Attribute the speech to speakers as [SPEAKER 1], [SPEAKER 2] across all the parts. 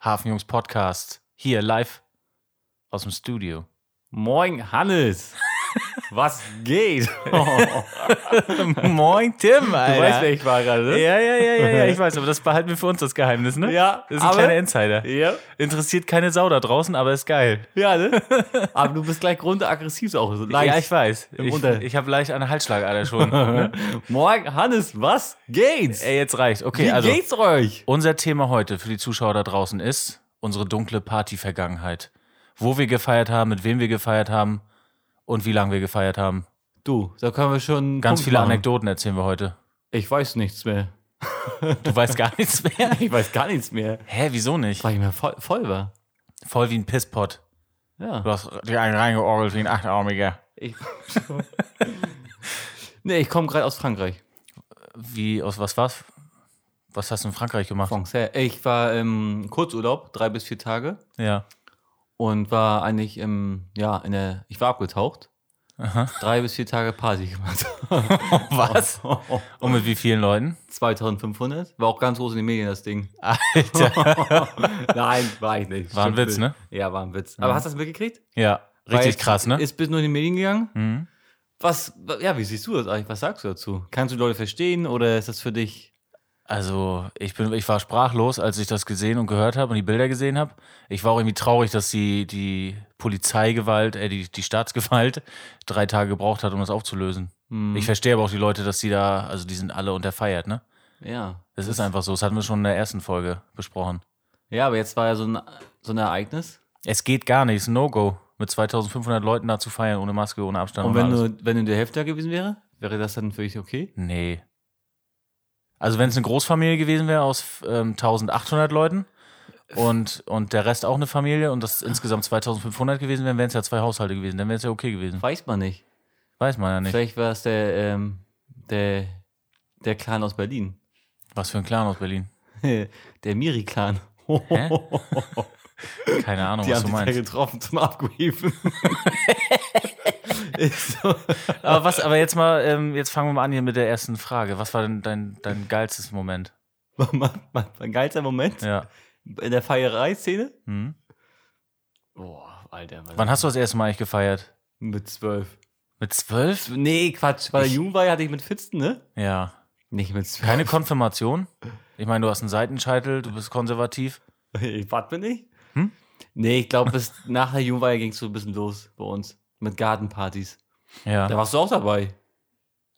[SPEAKER 1] Hafenjungs Podcast. Hier live aus dem Studio.
[SPEAKER 2] Moin, Hannes. Was geht?
[SPEAKER 1] Moin Tim, Alter.
[SPEAKER 2] Du weißt, wer ich war gerade, ne?
[SPEAKER 1] Ja, ja, ja, ja, ja, ich weiß, aber das behalten wir für uns, das Geheimnis, ne?
[SPEAKER 2] Ja,
[SPEAKER 1] Das ist ein
[SPEAKER 2] aber-
[SPEAKER 1] kleiner Insider.
[SPEAKER 2] Ja.
[SPEAKER 1] Interessiert keine Sau da draußen, aber ist geil.
[SPEAKER 2] Ja, ne? Aber du bist gleich grundaggressiv auch. So leicht.
[SPEAKER 1] Ja, ich weiß.
[SPEAKER 2] Im
[SPEAKER 1] Ich,
[SPEAKER 2] Unter-
[SPEAKER 1] ich habe leicht eine Halsschlagader schon. ne?
[SPEAKER 2] Moin, Hannes, was geht's?
[SPEAKER 1] Ey, jetzt reicht. Okay,
[SPEAKER 2] Wie
[SPEAKER 1] also
[SPEAKER 2] geht's euch?
[SPEAKER 1] unser Thema heute für die Zuschauer da draußen ist unsere dunkle Party-Vergangenheit. Wo wir gefeiert haben, mit wem wir gefeiert haben und wie lange wir gefeiert haben.
[SPEAKER 2] Du, da können wir schon.
[SPEAKER 1] Ganz
[SPEAKER 2] Punkt
[SPEAKER 1] viele
[SPEAKER 2] machen.
[SPEAKER 1] Anekdoten erzählen wir heute.
[SPEAKER 2] Ich weiß nichts mehr.
[SPEAKER 1] Du weißt gar nichts mehr.
[SPEAKER 2] Ich weiß gar nichts mehr.
[SPEAKER 1] Hä, wieso nicht?
[SPEAKER 2] Weil ich mir voll, voll war.
[SPEAKER 1] Voll wie ein Pisspot.
[SPEAKER 2] Ja.
[SPEAKER 1] Du hast dir einen reingeorgelt wie ein Achtarmiger.
[SPEAKER 2] Ich, nee, ich komme gerade aus Frankreich.
[SPEAKER 1] Wie, aus was war's? Was hast du in Frankreich gemacht?
[SPEAKER 2] Frankreich. Ich war im Kurzurlaub, drei bis vier Tage.
[SPEAKER 1] Ja.
[SPEAKER 2] und war eigentlich im, ja, in der, ich war abgetaucht. Drei bis vier Tage Party gemacht.
[SPEAKER 1] Was? Und mit wie vielen Leuten?
[SPEAKER 2] 2500. War auch ganz groß in den Medien, das Ding.
[SPEAKER 1] Alter.
[SPEAKER 2] Nein, war ich nicht.
[SPEAKER 1] War ein Witz, ne?
[SPEAKER 2] Ja, war ein Witz. Aber hast du das mitgekriegt?
[SPEAKER 1] Ja, richtig
[SPEAKER 2] Weil
[SPEAKER 1] krass, ne?
[SPEAKER 2] Ist bis nur in die Medien gegangen.
[SPEAKER 1] Mhm.
[SPEAKER 2] Was, ja, wie siehst du das eigentlich? Was sagst du dazu? Kannst du die Leute verstehen oder ist das für dich?
[SPEAKER 1] Also, ich, bin, ich war sprachlos, als ich das gesehen und gehört habe und die Bilder gesehen habe. Ich war auch irgendwie traurig, dass die, die Polizeigewalt, äh, die, die Staatsgewalt drei Tage gebraucht hat, um das aufzulösen.
[SPEAKER 2] Hm,
[SPEAKER 1] Ich verstehe aber auch die Leute, dass die da, also die sind alle unterfeiert, ne?
[SPEAKER 2] ja.
[SPEAKER 1] Das ist einfach so. Das hatten wir schon in der ersten Folge besprochen.
[SPEAKER 2] Ja, aber jetzt war ja so ein, so ein Ereignis.
[SPEAKER 1] Es geht gar nicht. Ist ein No-Go. Mit 2500 Leuten da zu feiern, ohne Maske, ohne Abstand.
[SPEAKER 2] Und
[SPEAKER 1] ohne
[SPEAKER 2] wenn
[SPEAKER 1] alles.
[SPEAKER 2] du, wenn du der Hälfte da gewesen wäre, wäre das dann für dich okay?
[SPEAKER 1] Nee. Also, wenn es eine Großfamilie gewesen wäre aus ähm, 1800 Leuten und, und der Rest auch eine Familie und das insgesamt 2500 gewesen wären, wären es ja zwei Haushalte gewesen. Dann wäre es ja okay gewesen.
[SPEAKER 2] Weiß man nicht.
[SPEAKER 1] Weiß man ja nicht.
[SPEAKER 2] Vielleicht war es der, ähm, der, der Clan aus Berlin.
[SPEAKER 1] Was für ein Clan aus Berlin.
[SPEAKER 2] der Miri-Clan.
[SPEAKER 1] Hä? Keine Ahnung,
[SPEAKER 2] Die
[SPEAKER 1] was
[SPEAKER 2] haben
[SPEAKER 1] du
[SPEAKER 2] sich da
[SPEAKER 1] meinst.
[SPEAKER 2] getroffen zum Abheben. Ist so.
[SPEAKER 1] Aber, was, aber jetzt mal, ähm, jetzt fangen wir mal an hier mit der ersten Frage. Was war denn dein, dein geilstes Moment?
[SPEAKER 2] mein, mein, mein geilster Moment
[SPEAKER 1] Ja.
[SPEAKER 2] in der Feierei-Szene.
[SPEAKER 1] Hm?
[SPEAKER 2] Boah, Alter.
[SPEAKER 1] Wann hast du das erste Mal eigentlich gefeiert?
[SPEAKER 2] Mit zwölf.
[SPEAKER 1] Mit zwölf?
[SPEAKER 2] Nee, Quatsch. Bei der
[SPEAKER 1] Ich-
[SPEAKER 2] Jugendweihe hatte ich mit 14, ne?
[SPEAKER 1] Ja.
[SPEAKER 2] Nicht mit zwölf.
[SPEAKER 1] Keine Konfirmation? Ich meine, du hast einen Seitenscheitel, du bist konservativ.
[SPEAKER 2] Ich warte nicht.
[SPEAKER 1] Hm?
[SPEAKER 2] Nee, ich glaube, bis nach der Jugendweihe ging es so ein bisschen los bei uns. Mit Gartenpartys. Da
[SPEAKER 1] Ja.
[SPEAKER 2] warst du auch dabei.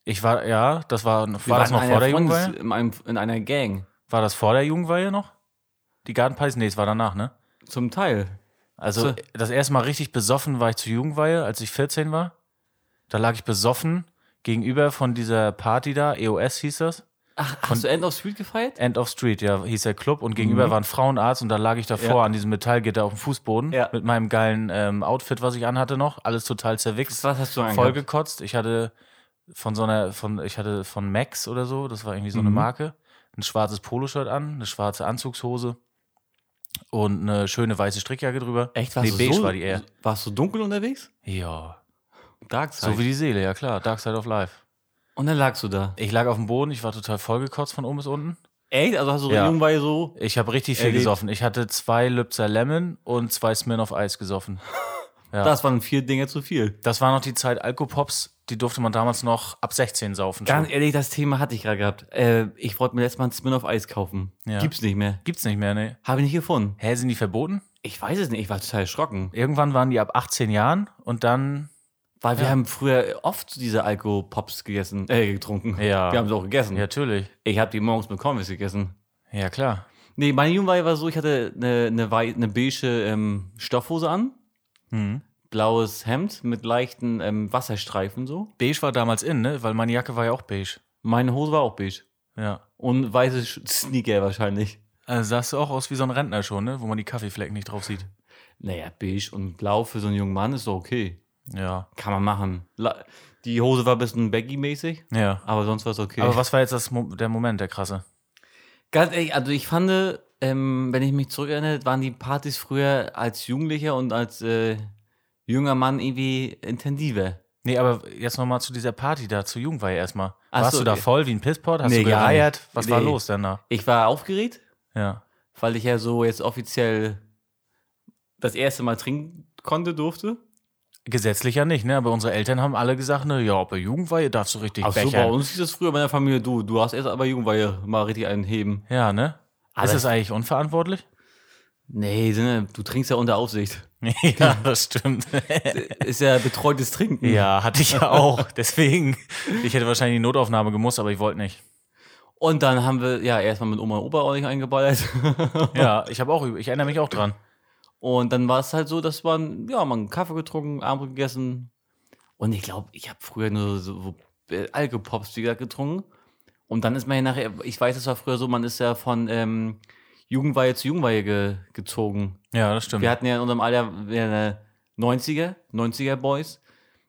[SPEAKER 1] Ich war, ja, das war,
[SPEAKER 2] Wir
[SPEAKER 1] war das
[SPEAKER 2] waren
[SPEAKER 1] noch
[SPEAKER 2] in
[SPEAKER 1] vor
[SPEAKER 2] einer
[SPEAKER 1] der
[SPEAKER 2] Freundes-
[SPEAKER 1] Jugendweihe?
[SPEAKER 2] In, einem, in einer Gang.
[SPEAKER 1] War das vor der Jugendweihe noch? Die Gartenpartys? Nee, es war danach, ne?
[SPEAKER 2] Zum Teil.
[SPEAKER 1] Also,
[SPEAKER 2] So.
[SPEAKER 1] das erste Mal richtig besoffen war ich zur Jugendweihe, als ich 14 war. Da lag ich besoffen gegenüber von dieser Party da, EOS hieß das.
[SPEAKER 2] Ach, hast du End of Street gefeiert?
[SPEAKER 1] End of Street, ja, hieß der Club. Und gegenüber
[SPEAKER 2] Mhm.
[SPEAKER 1] war ein Frauenarzt und da lag ich davor
[SPEAKER 2] Ja.
[SPEAKER 1] an diesem Metallgitter auf dem Fußboden
[SPEAKER 2] Ja.
[SPEAKER 1] mit meinem geilen ähm, Outfit, was ich anhatte noch. Alles total zerwichst.
[SPEAKER 2] Was hast du angehabt?
[SPEAKER 1] vollgekotzt. Ich hatte von so einer, von, ich hatte von Max oder so, das war irgendwie so eine
[SPEAKER 2] Mhm.
[SPEAKER 1] Marke, ein schwarzes Poloshirt an, eine schwarze Anzugshose und eine schöne weiße Strickjacke drüber.
[SPEAKER 2] Echt?
[SPEAKER 1] Nee, beige war die eher.
[SPEAKER 2] Warst du dunkel unterwegs?
[SPEAKER 1] Ja.
[SPEAKER 2] Darkseid.
[SPEAKER 1] So wie die Seele, ja klar. Dark Side of Life.
[SPEAKER 2] Und dann lagst du da.
[SPEAKER 1] Ich lag auf dem Boden, ich war total vollgekotzt von oben bis unten.
[SPEAKER 2] Echt? Also hast du
[SPEAKER 1] Ja.
[SPEAKER 2] irgendwann so...
[SPEAKER 1] Ich habe richtig viel
[SPEAKER 2] Erlebt.
[SPEAKER 1] gesoffen. Ich hatte zwei Lübzer Lemon und zwei Smirn auf Eis gesoffen. Ja.
[SPEAKER 2] Das waren vier Dinge zu viel.
[SPEAKER 1] Das war noch die Zeit Alkopops, die durfte man damals noch ab 16 saufen.
[SPEAKER 2] Ganz
[SPEAKER 1] schon.
[SPEAKER 2] ehrlich, das Thema hatte ich gerade gehabt. Äh, ich wollte mir letztes Mal einen Spin auf Eis kaufen.
[SPEAKER 1] Ja.
[SPEAKER 2] Gibt's nicht mehr.
[SPEAKER 1] Gibt's nicht mehr, ne?
[SPEAKER 2] Habe ich nicht gefunden.
[SPEAKER 1] Hä, sind die verboten?
[SPEAKER 2] Ich weiß es nicht. Ich war total erschrocken.
[SPEAKER 1] Irgendwann waren die ab 18 Jahren und dann,
[SPEAKER 2] Weil wir
[SPEAKER 1] Ja.
[SPEAKER 2] haben früher oft diese Alkopops gegessen, äh, getrunken.
[SPEAKER 1] Ja.
[SPEAKER 2] Wir haben sie auch gegessen.
[SPEAKER 1] ja, natürlich.
[SPEAKER 2] Ich habe die morgens mit Cornflakes gegessen.
[SPEAKER 1] Ja, klar.
[SPEAKER 2] Nee, meine Jugendweihe war so, ich hatte eine, eine, wei- eine beige ähm, Stoffhose an,
[SPEAKER 1] Mhm.
[SPEAKER 2] blaues Hemd mit leichten ähm, Wasserstreifen so.
[SPEAKER 1] Beige war damals in, ne? Weil meine Jacke war ja auch beige.
[SPEAKER 2] Meine Hose war auch beige.
[SPEAKER 1] Ja.
[SPEAKER 2] Und weiße Sch- Sneaker wahrscheinlich.
[SPEAKER 1] Also sahst du auch aus wie so ein Rentner schon, ne? Wo man die Kaffeeflecken nicht drauf sieht.
[SPEAKER 2] Naja, beige und blau für so einen jungen Mann ist doch okay.
[SPEAKER 1] Ja.
[SPEAKER 2] Kann man machen. La die Hose war ein bisschen baggy-mäßig,
[SPEAKER 1] Ja.
[SPEAKER 2] aber sonst war es okay.
[SPEAKER 1] Aber was war jetzt das, Mo- der Moment, der krasse?
[SPEAKER 2] Ganz ehrlich, also ich fand, ähm, wenn ich mich zurückerinnere, waren die Partys früher als Jugendlicher und als äh, junger Mann irgendwie intensiver.
[SPEAKER 1] Nee, aber jetzt nochmal zu dieser Party da, zur Jugendweihe erstmal.
[SPEAKER 2] Ach
[SPEAKER 1] Warst
[SPEAKER 2] so,
[SPEAKER 1] du da
[SPEAKER 2] okay.
[SPEAKER 1] voll wie ein Pisspot? Hast
[SPEAKER 2] Nee,
[SPEAKER 1] du
[SPEAKER 2] gar nicht.
[SPEAKER 1] gereiert? Was war
[SPEAKER 2] Nee.
[SPEAKER 1] los denn da?
[SPEAKER 2] Ich war aufgeregt,
[SPEAKER 1] Ja.
[SPEAKER 2] weil ich ja so jetzt offiziell das erste Mal trinken konnte, durfte.
[SPEAKER 1] Gesetzlich ja nicht, ne? Aber unsere Eltern haben alle gesagt, ne, ja, bei Jugendweihe darfst du richtig
[SPEAKER 2] Ach so, bei
[SPEAKER 1] bechern.
[SPEAKER 2] uns hieß das früher bei der Familie, du, du hast erst aber Jugendweihe mal richtig einen heben.
[SPEAKER 1] Ja, ne?
[SPEAKER 2] Aber-
[SPEAKER 1] ist das eigentlich unverantwortlich?
[SPEAKER 2] Nee, Sinne, du trinkst ja unter Aufsicht.
[SPEAKER 1] ja, das stimmt.
[SPEAKER 2] Ist ja betreutes Trinken.
[SPEAKER 1] ja, hatte ich ja auch. Deswegen. Ich hätte wahrscheinlich in die Notaufnahme gemusst, aber ich wollte nicht.
[SPEAKER 2] Und dann haben wir ja erstmal mit Oma und Opa ordentlich eingeballert.
[SPEAKER 1] Ja, ich habe auch, üb- ich erinnere mich auch dran.
[SPEAKER 2] Und dann war es halt so, dass man, ja, man Kaffee getrunken, Abendbrot gegessen. Und ich glaube, ich habe früher nur so, so äh, Alkopops, wie gesagt, getrunken. Und dann ist man ja nachher, ich weiß, das war früher so, man ist ja von ähm, Jugendweihe zu Jugendweihe ge, gezogen.
[SPEAKER 1] Ja, das stimmt.
[SPEAKER 2] Wir hatten ja in unserem Alter wir hatten ja 90er, 90er Boys.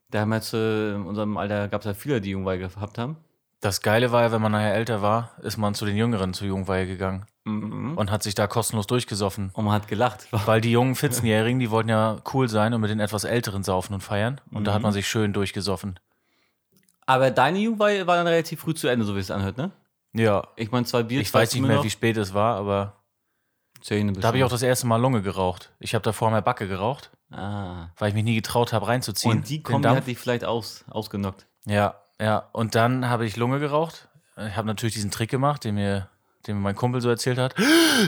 [SPEAKER 2] Da haben wir jetzt, äh, in unserem Alter gab es ja viele, die Jugendweihe gehabt haben.
[SPEAKER 1] Das Geile war ja, wenn man nachher älter war, ist man zu den Jüngeren zur Jugendweihe gegangen
[SPEAKER 2] Mhm.
[SPEAKER 1] und hat sich da kostenlos durchgesoffen.
[SPEAKER 2] Und man hat gelacht.
[SPEAKER 1] Weil die jungen 14-Jährigen, die wollten ja cool sein und mit den etwas Älteren saufen und feiern. Und da hat
[SPEAKER 2] Mhm.
[SPEAKER 1] man sich schön durchgesoffen.
[SPEAKER 2] Aber deine Jugendweihe war dann relativ früh zu Ende, so wie es anhört, ne?
[SPEAKER 1] Ja.
[SPEAKER 2] Ich meine, zwei Bier,
[SPEAKER 1] Ich weiß nicht mehr, wie spät es war, aber
[SPEAKER 2] Zähne
[SPEAKER 1] da habe ich auch das erste Mal Lunge geraucht. Ich habe davor mehr Backe geraucht,
[SPEAKER 2] Ah.
[SPEAKER 1] weil ich mich nie getraut habe, reinzuziehen.
[SPEAKER 2] Und die
[SPEAKER 1] Den
[SPEAKER 2] Kombi
[SPEAKER 1] Dampf.
[SPEAKER 2] hat dich vielleicht aus, ausgenockt.
[SPEAKER 1] Ja, ja. Und dann habe ich Lunge geraucht. Ich habe natürlich diesen Trick gemacht, den mir, den mir mein Kumpel so erzählt hat.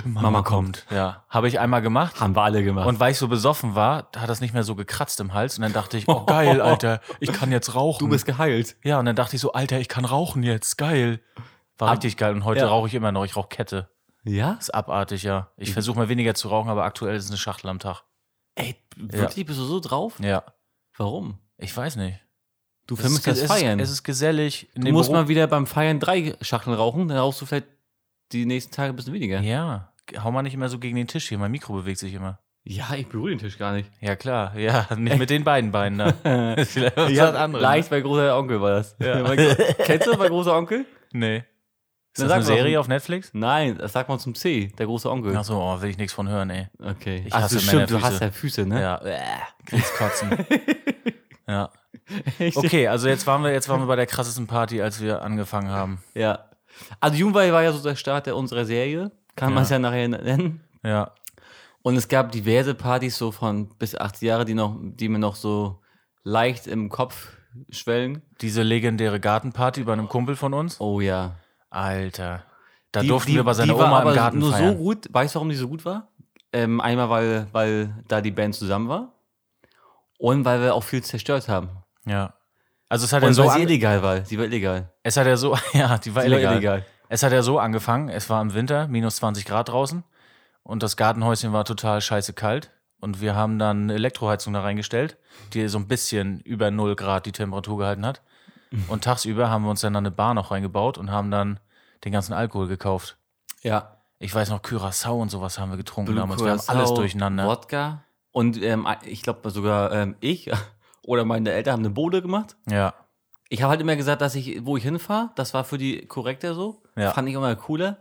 [SPEAKER 1] Mama,
[SPEAKER 2] kommt.
[SPEAKER 1] Ja, habe ich einmal gemacht.
[SPEAKER 2] Haben wir alle gemacht.
[SPEAKER 1] Und weil ich so besoffen war, hat das nicht mehr so gekratzt im Hals. Und dann dachte ich, oh geil, Alter, ich kann jetzt rauchen.
[SPEAKER 2] geheilt.
[SPEAKER 1] ja, und dann dachte ich so, Alter, ich kann rauchen jetzt, geil. War
[SPEAKER 2] Ab-
[SPEAKER 1] richtig geil. Und heute
[SPEAKER 2] Ja.
[SPEAKER 1] rauche ich immer noch. Ich rauche Kette.
[SPEAKER 2] Ja?
[SPEAKER 1] Ist abartig, ja.
[SPEAKER 2] Mhm.
[SPEAKER 1] Ich versuche mal weniger zu rauchen, aber aktuell ist es eine Schachtel am Tag.
[SPEAKER 2] Ey, wirklich? Bist du so drauf?
[SPEAKER 1] Ja.
[SPEAKER 2] Warum?
[SPEAKER 1] Ich weiß nicht.
[SPEAKER 2] Du
[SPEAKER 1] Es
[SPEAKER 2] vermisst
[SPEAKER 1] ist- es
[SPEAKER 2] das Feiern.
[SPEAKER 1] Ist, es ist gesellig. In
[SPEAKER 2] du
[SPEAKER 1] dem
[SPEAKER 2] musst
[SPEAKER 1] Büro-
[SPEAKER 2] mal wieder beim Feiern drei Schachteln rauchen, dann rauchst du vielleicht die nächsten Tage ein bisschen weniger.
[SPEAKER 1] Ja. Hau mal nicht immer so gegen den Tisch hier. Mein Mikro bewegt sich immer.
[SPEAKER 2] Ja, ich berühre den Tisch gar nicht.
[SPEAKER 1] Ja, klar. Ja, nicht mit den beiden Beinen da.
[SPEAKER 2] Äh,
[SPEAKER 1] Das ist vielleicht was
[SPEAKER 2] ja,
[SPEAKER 1] anderes. ne?
[SPEAKER 2] leicht bei großer Onkel war das.
[SPEAKER 1] Ja.
[SPEAKER 2] Bei Gro- Kennst du bei großer Onkel?
[SPEAKER 1] Nee. Ist
[SPEAKER 2] Na,
[SPEAKER 1] das
[SPEAKER 2] sag
[SPEAKER 1] eine
[SPEAKER 2] mal.
[SPEAKER 1] Serie auf Netflix?
[SPEAKER 2] Nein, das sagt man zum C, der große Onkel.
[SPEAKER 1] Ach so, oh, will ich nichts von hören, ey.
[SPEAKER 2] Okay.
[SPEAKER 1] Ich
[SPEAKER 2] Ach,
[SPEAKER 1] hasse
[SPEAKER 2] du, stimmt, du
[SPEAKER 1] Männerfüße.
[SPEAKER 2] hast ja Füße, ne?
[SPEAKER 1] Ja, äh, Kriegskotzen. ja.
[SPEAKER 2] Echt?
[SPEAKER 1] Okay, also jetzt waren wir, jetzt waren wir bei der krassesten Party, als wir angefangen haben.
[SPEAKER 2] Ja. Also Jugendweihe war ja so der Start der unserer Serie, kann man es
[SPEAKER 1] Ja.
[SPEAKER 2] ja nachher nennen.
[SPEAKER 1] Ja.
[SPEAKER 2] Und es gab diverse Partys so von bis 80 Jahre, die, noch, die mir noch so leicht im Kopf schwellen.
[SPEAKER 1] Diese legendäre Gartenparty bei einem Kumpel von uns.
[SPEAKER 2] Oh ja.
[SPEAKER 1] Alter. Da
[SPEAKER 2] die,
[SPEAKER 1] durften
[SPEAKER 2] die,
[SPEAKER 1] wir bei seiner
[SPEAKER 2] die war
[SPEAKER 1] Oma
[SPEAKER 2] aber
[SPEAKER 1] im Garten
[SPEAKER 2] nur
[SPEAKER 1] feiern.
[SPEAKER 2] so gut. Weißt du, warum die so gut war? Ähm, einmal, weil, weil da die Band zusammen war. Und weil wir auch viel zerstört haben.
[SPEAKER 1] ja. Also es hat ja
[SPEAKER 2] Und
[SPEAKER 1] so
[SPEAKER 2] weil sie
[SPEAKER 1] an,
[SPEAKER 2] illegal war. Sie war illegal.
[SPEAKER 1] es hat ja so ja, die war
[SPEAKER 2] Sie war
[SPEAKER 1] illegal. Es hat ja so angefangen, es war im Winter, minus 20 Grad draußen und das Gartenhäuschen war total scheiße kalt und wir haben dann eine Elektroheizung da reingestellt, die so ein bisschen über 0 Grad die Temperatur gehalten hat. Und tagsüber haben wir uns dann eine Bar noch reingebaut und haben dann den ganzen Alkohol gekauft.
[SPEAKER 2] Ja.
[SPEAKER 1] Ich weiß noch, Curaçao und sowas haben wir getrunken
[SPEAKER 2] Blue
[SPEAKER 1] damals. Wir haben
[SPEAKER 2] Curacao,
[SPEAKER 1] alles durcheinander.
[SPEAKER 2] Wodka. Und ähm, ich glaube sogar ähm, ich oder meine Eltern haben eine Bude gemacht.
[SPEAKER 1] Ja,
[SPEAKER 2] Ich habe halt immer gesagt, dass ich, wo ich hinfahre, das war für die korrekter so.
[SPEAKER 1] Ja.
[SPEAKER 2] Fand ich immer cooler.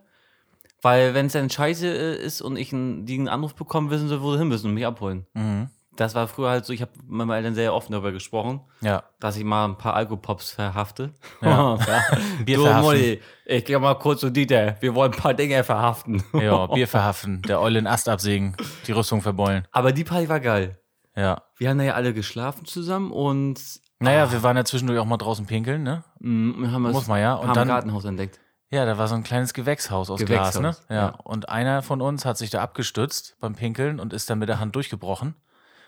[SPEAKER 2] Weil wenn es dann scheiße äh, ist und ich einen, die einen Anruf bekomme, wissen sie, wo sie hin müssen und mich abholen.
[SPEAKER 1] mhm.
[SPEAKER 2] Das war früher halt so, ich habe mit meinen Eltern sehr offen darüber gesprochen,
[SPEAKER 1] ja.
[SPEAKER 2] dass ich mal ein paar Alkopops verhafte.
[SPEAKER 1] Ja. Bier
[SPEAKER 2] du,
[SPEAKER 1] verhaften.
[SPEAKER 2] Molly, ich gehe mal kurz zu Dieter, wir wollen ein paar Dinge verhaften.
[SPEAKER 1] Ja, Bier verhaften, der Eule den Ast absägen, die Rüstung verbeulen.
[SPEAKER 2] Aber die Party war geil.
[SPEAKER 1] Ja.
[SPEAKER 2] Wir haben da ja alle geschlafen zusammen und
[SPEAKER 1] Naja, wir waren ja zwischendurch auch mal draußen pinkeln, ne?
[SPEAKER 2] mh, haben,
[SPEAKER 1] Muss man ja. Und
[SPEAKER 2] haben
[SPEAKER 1] dann-
[SPEAKER 2] ein Gartenhaus entdeckt.
[SPEAKER 1] Ja, da war so ein kleines Gewächshaus aus
[SPEAKER 2] Gewächshaus,
[SPEAKER 1] Glas, ne? Ja.
[SPEAKER 2] ja.
[SPEAKER 1] Und einer von uns hat sich da abgestützt beim Pinkeln und ist dann mit der Hand durchgebrochen.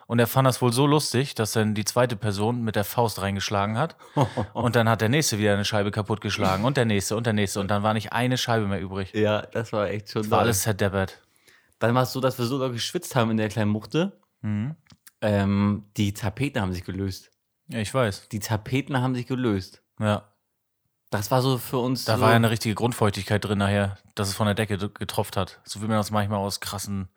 [SPEAKER 1] Und er fand das wohl so lustig, dass dann die zweite Person mit der Faust reingeschlagen hat.
[SPEAKER 2] Oh.
[SPEAKER 1] Und dann hat der nächste wieder eine Scheibe kaputtgeschlagen und der nächste und der nächste. Und dann war nicht eine Scheibe mehr übrig.
[SPEAKER 2] Ja, das war echt schon
[SPEAKER 1] War
[SPEAKER 2] doll.
[SPEAKER 1] alles zerdeppert.
[SPEAKER 2] Dann war es so, dass wir so doll geschwitzt haben in der kleinen Muchte.
[SPEAKER 1] Mhm.
[SPEAKER 2] Ähm, die Tapeten haben sich gelöst.
[SPEAKER 1] Ja, ich weiß.
[SPEAKER 2] Die Tapeten haben sich gelöst.
[SPEAKER 1] Ja.
[SPEAKER 2] Das war so für uns.
[SPEAKER 1] Da
[SPEAKER 2] so,
[SPEAKER 1] war ja eine richtige Grundfeuchtigkeit drin nachher, dass es von der Decke d- getropft hat. So wie man das manchmal aus krassen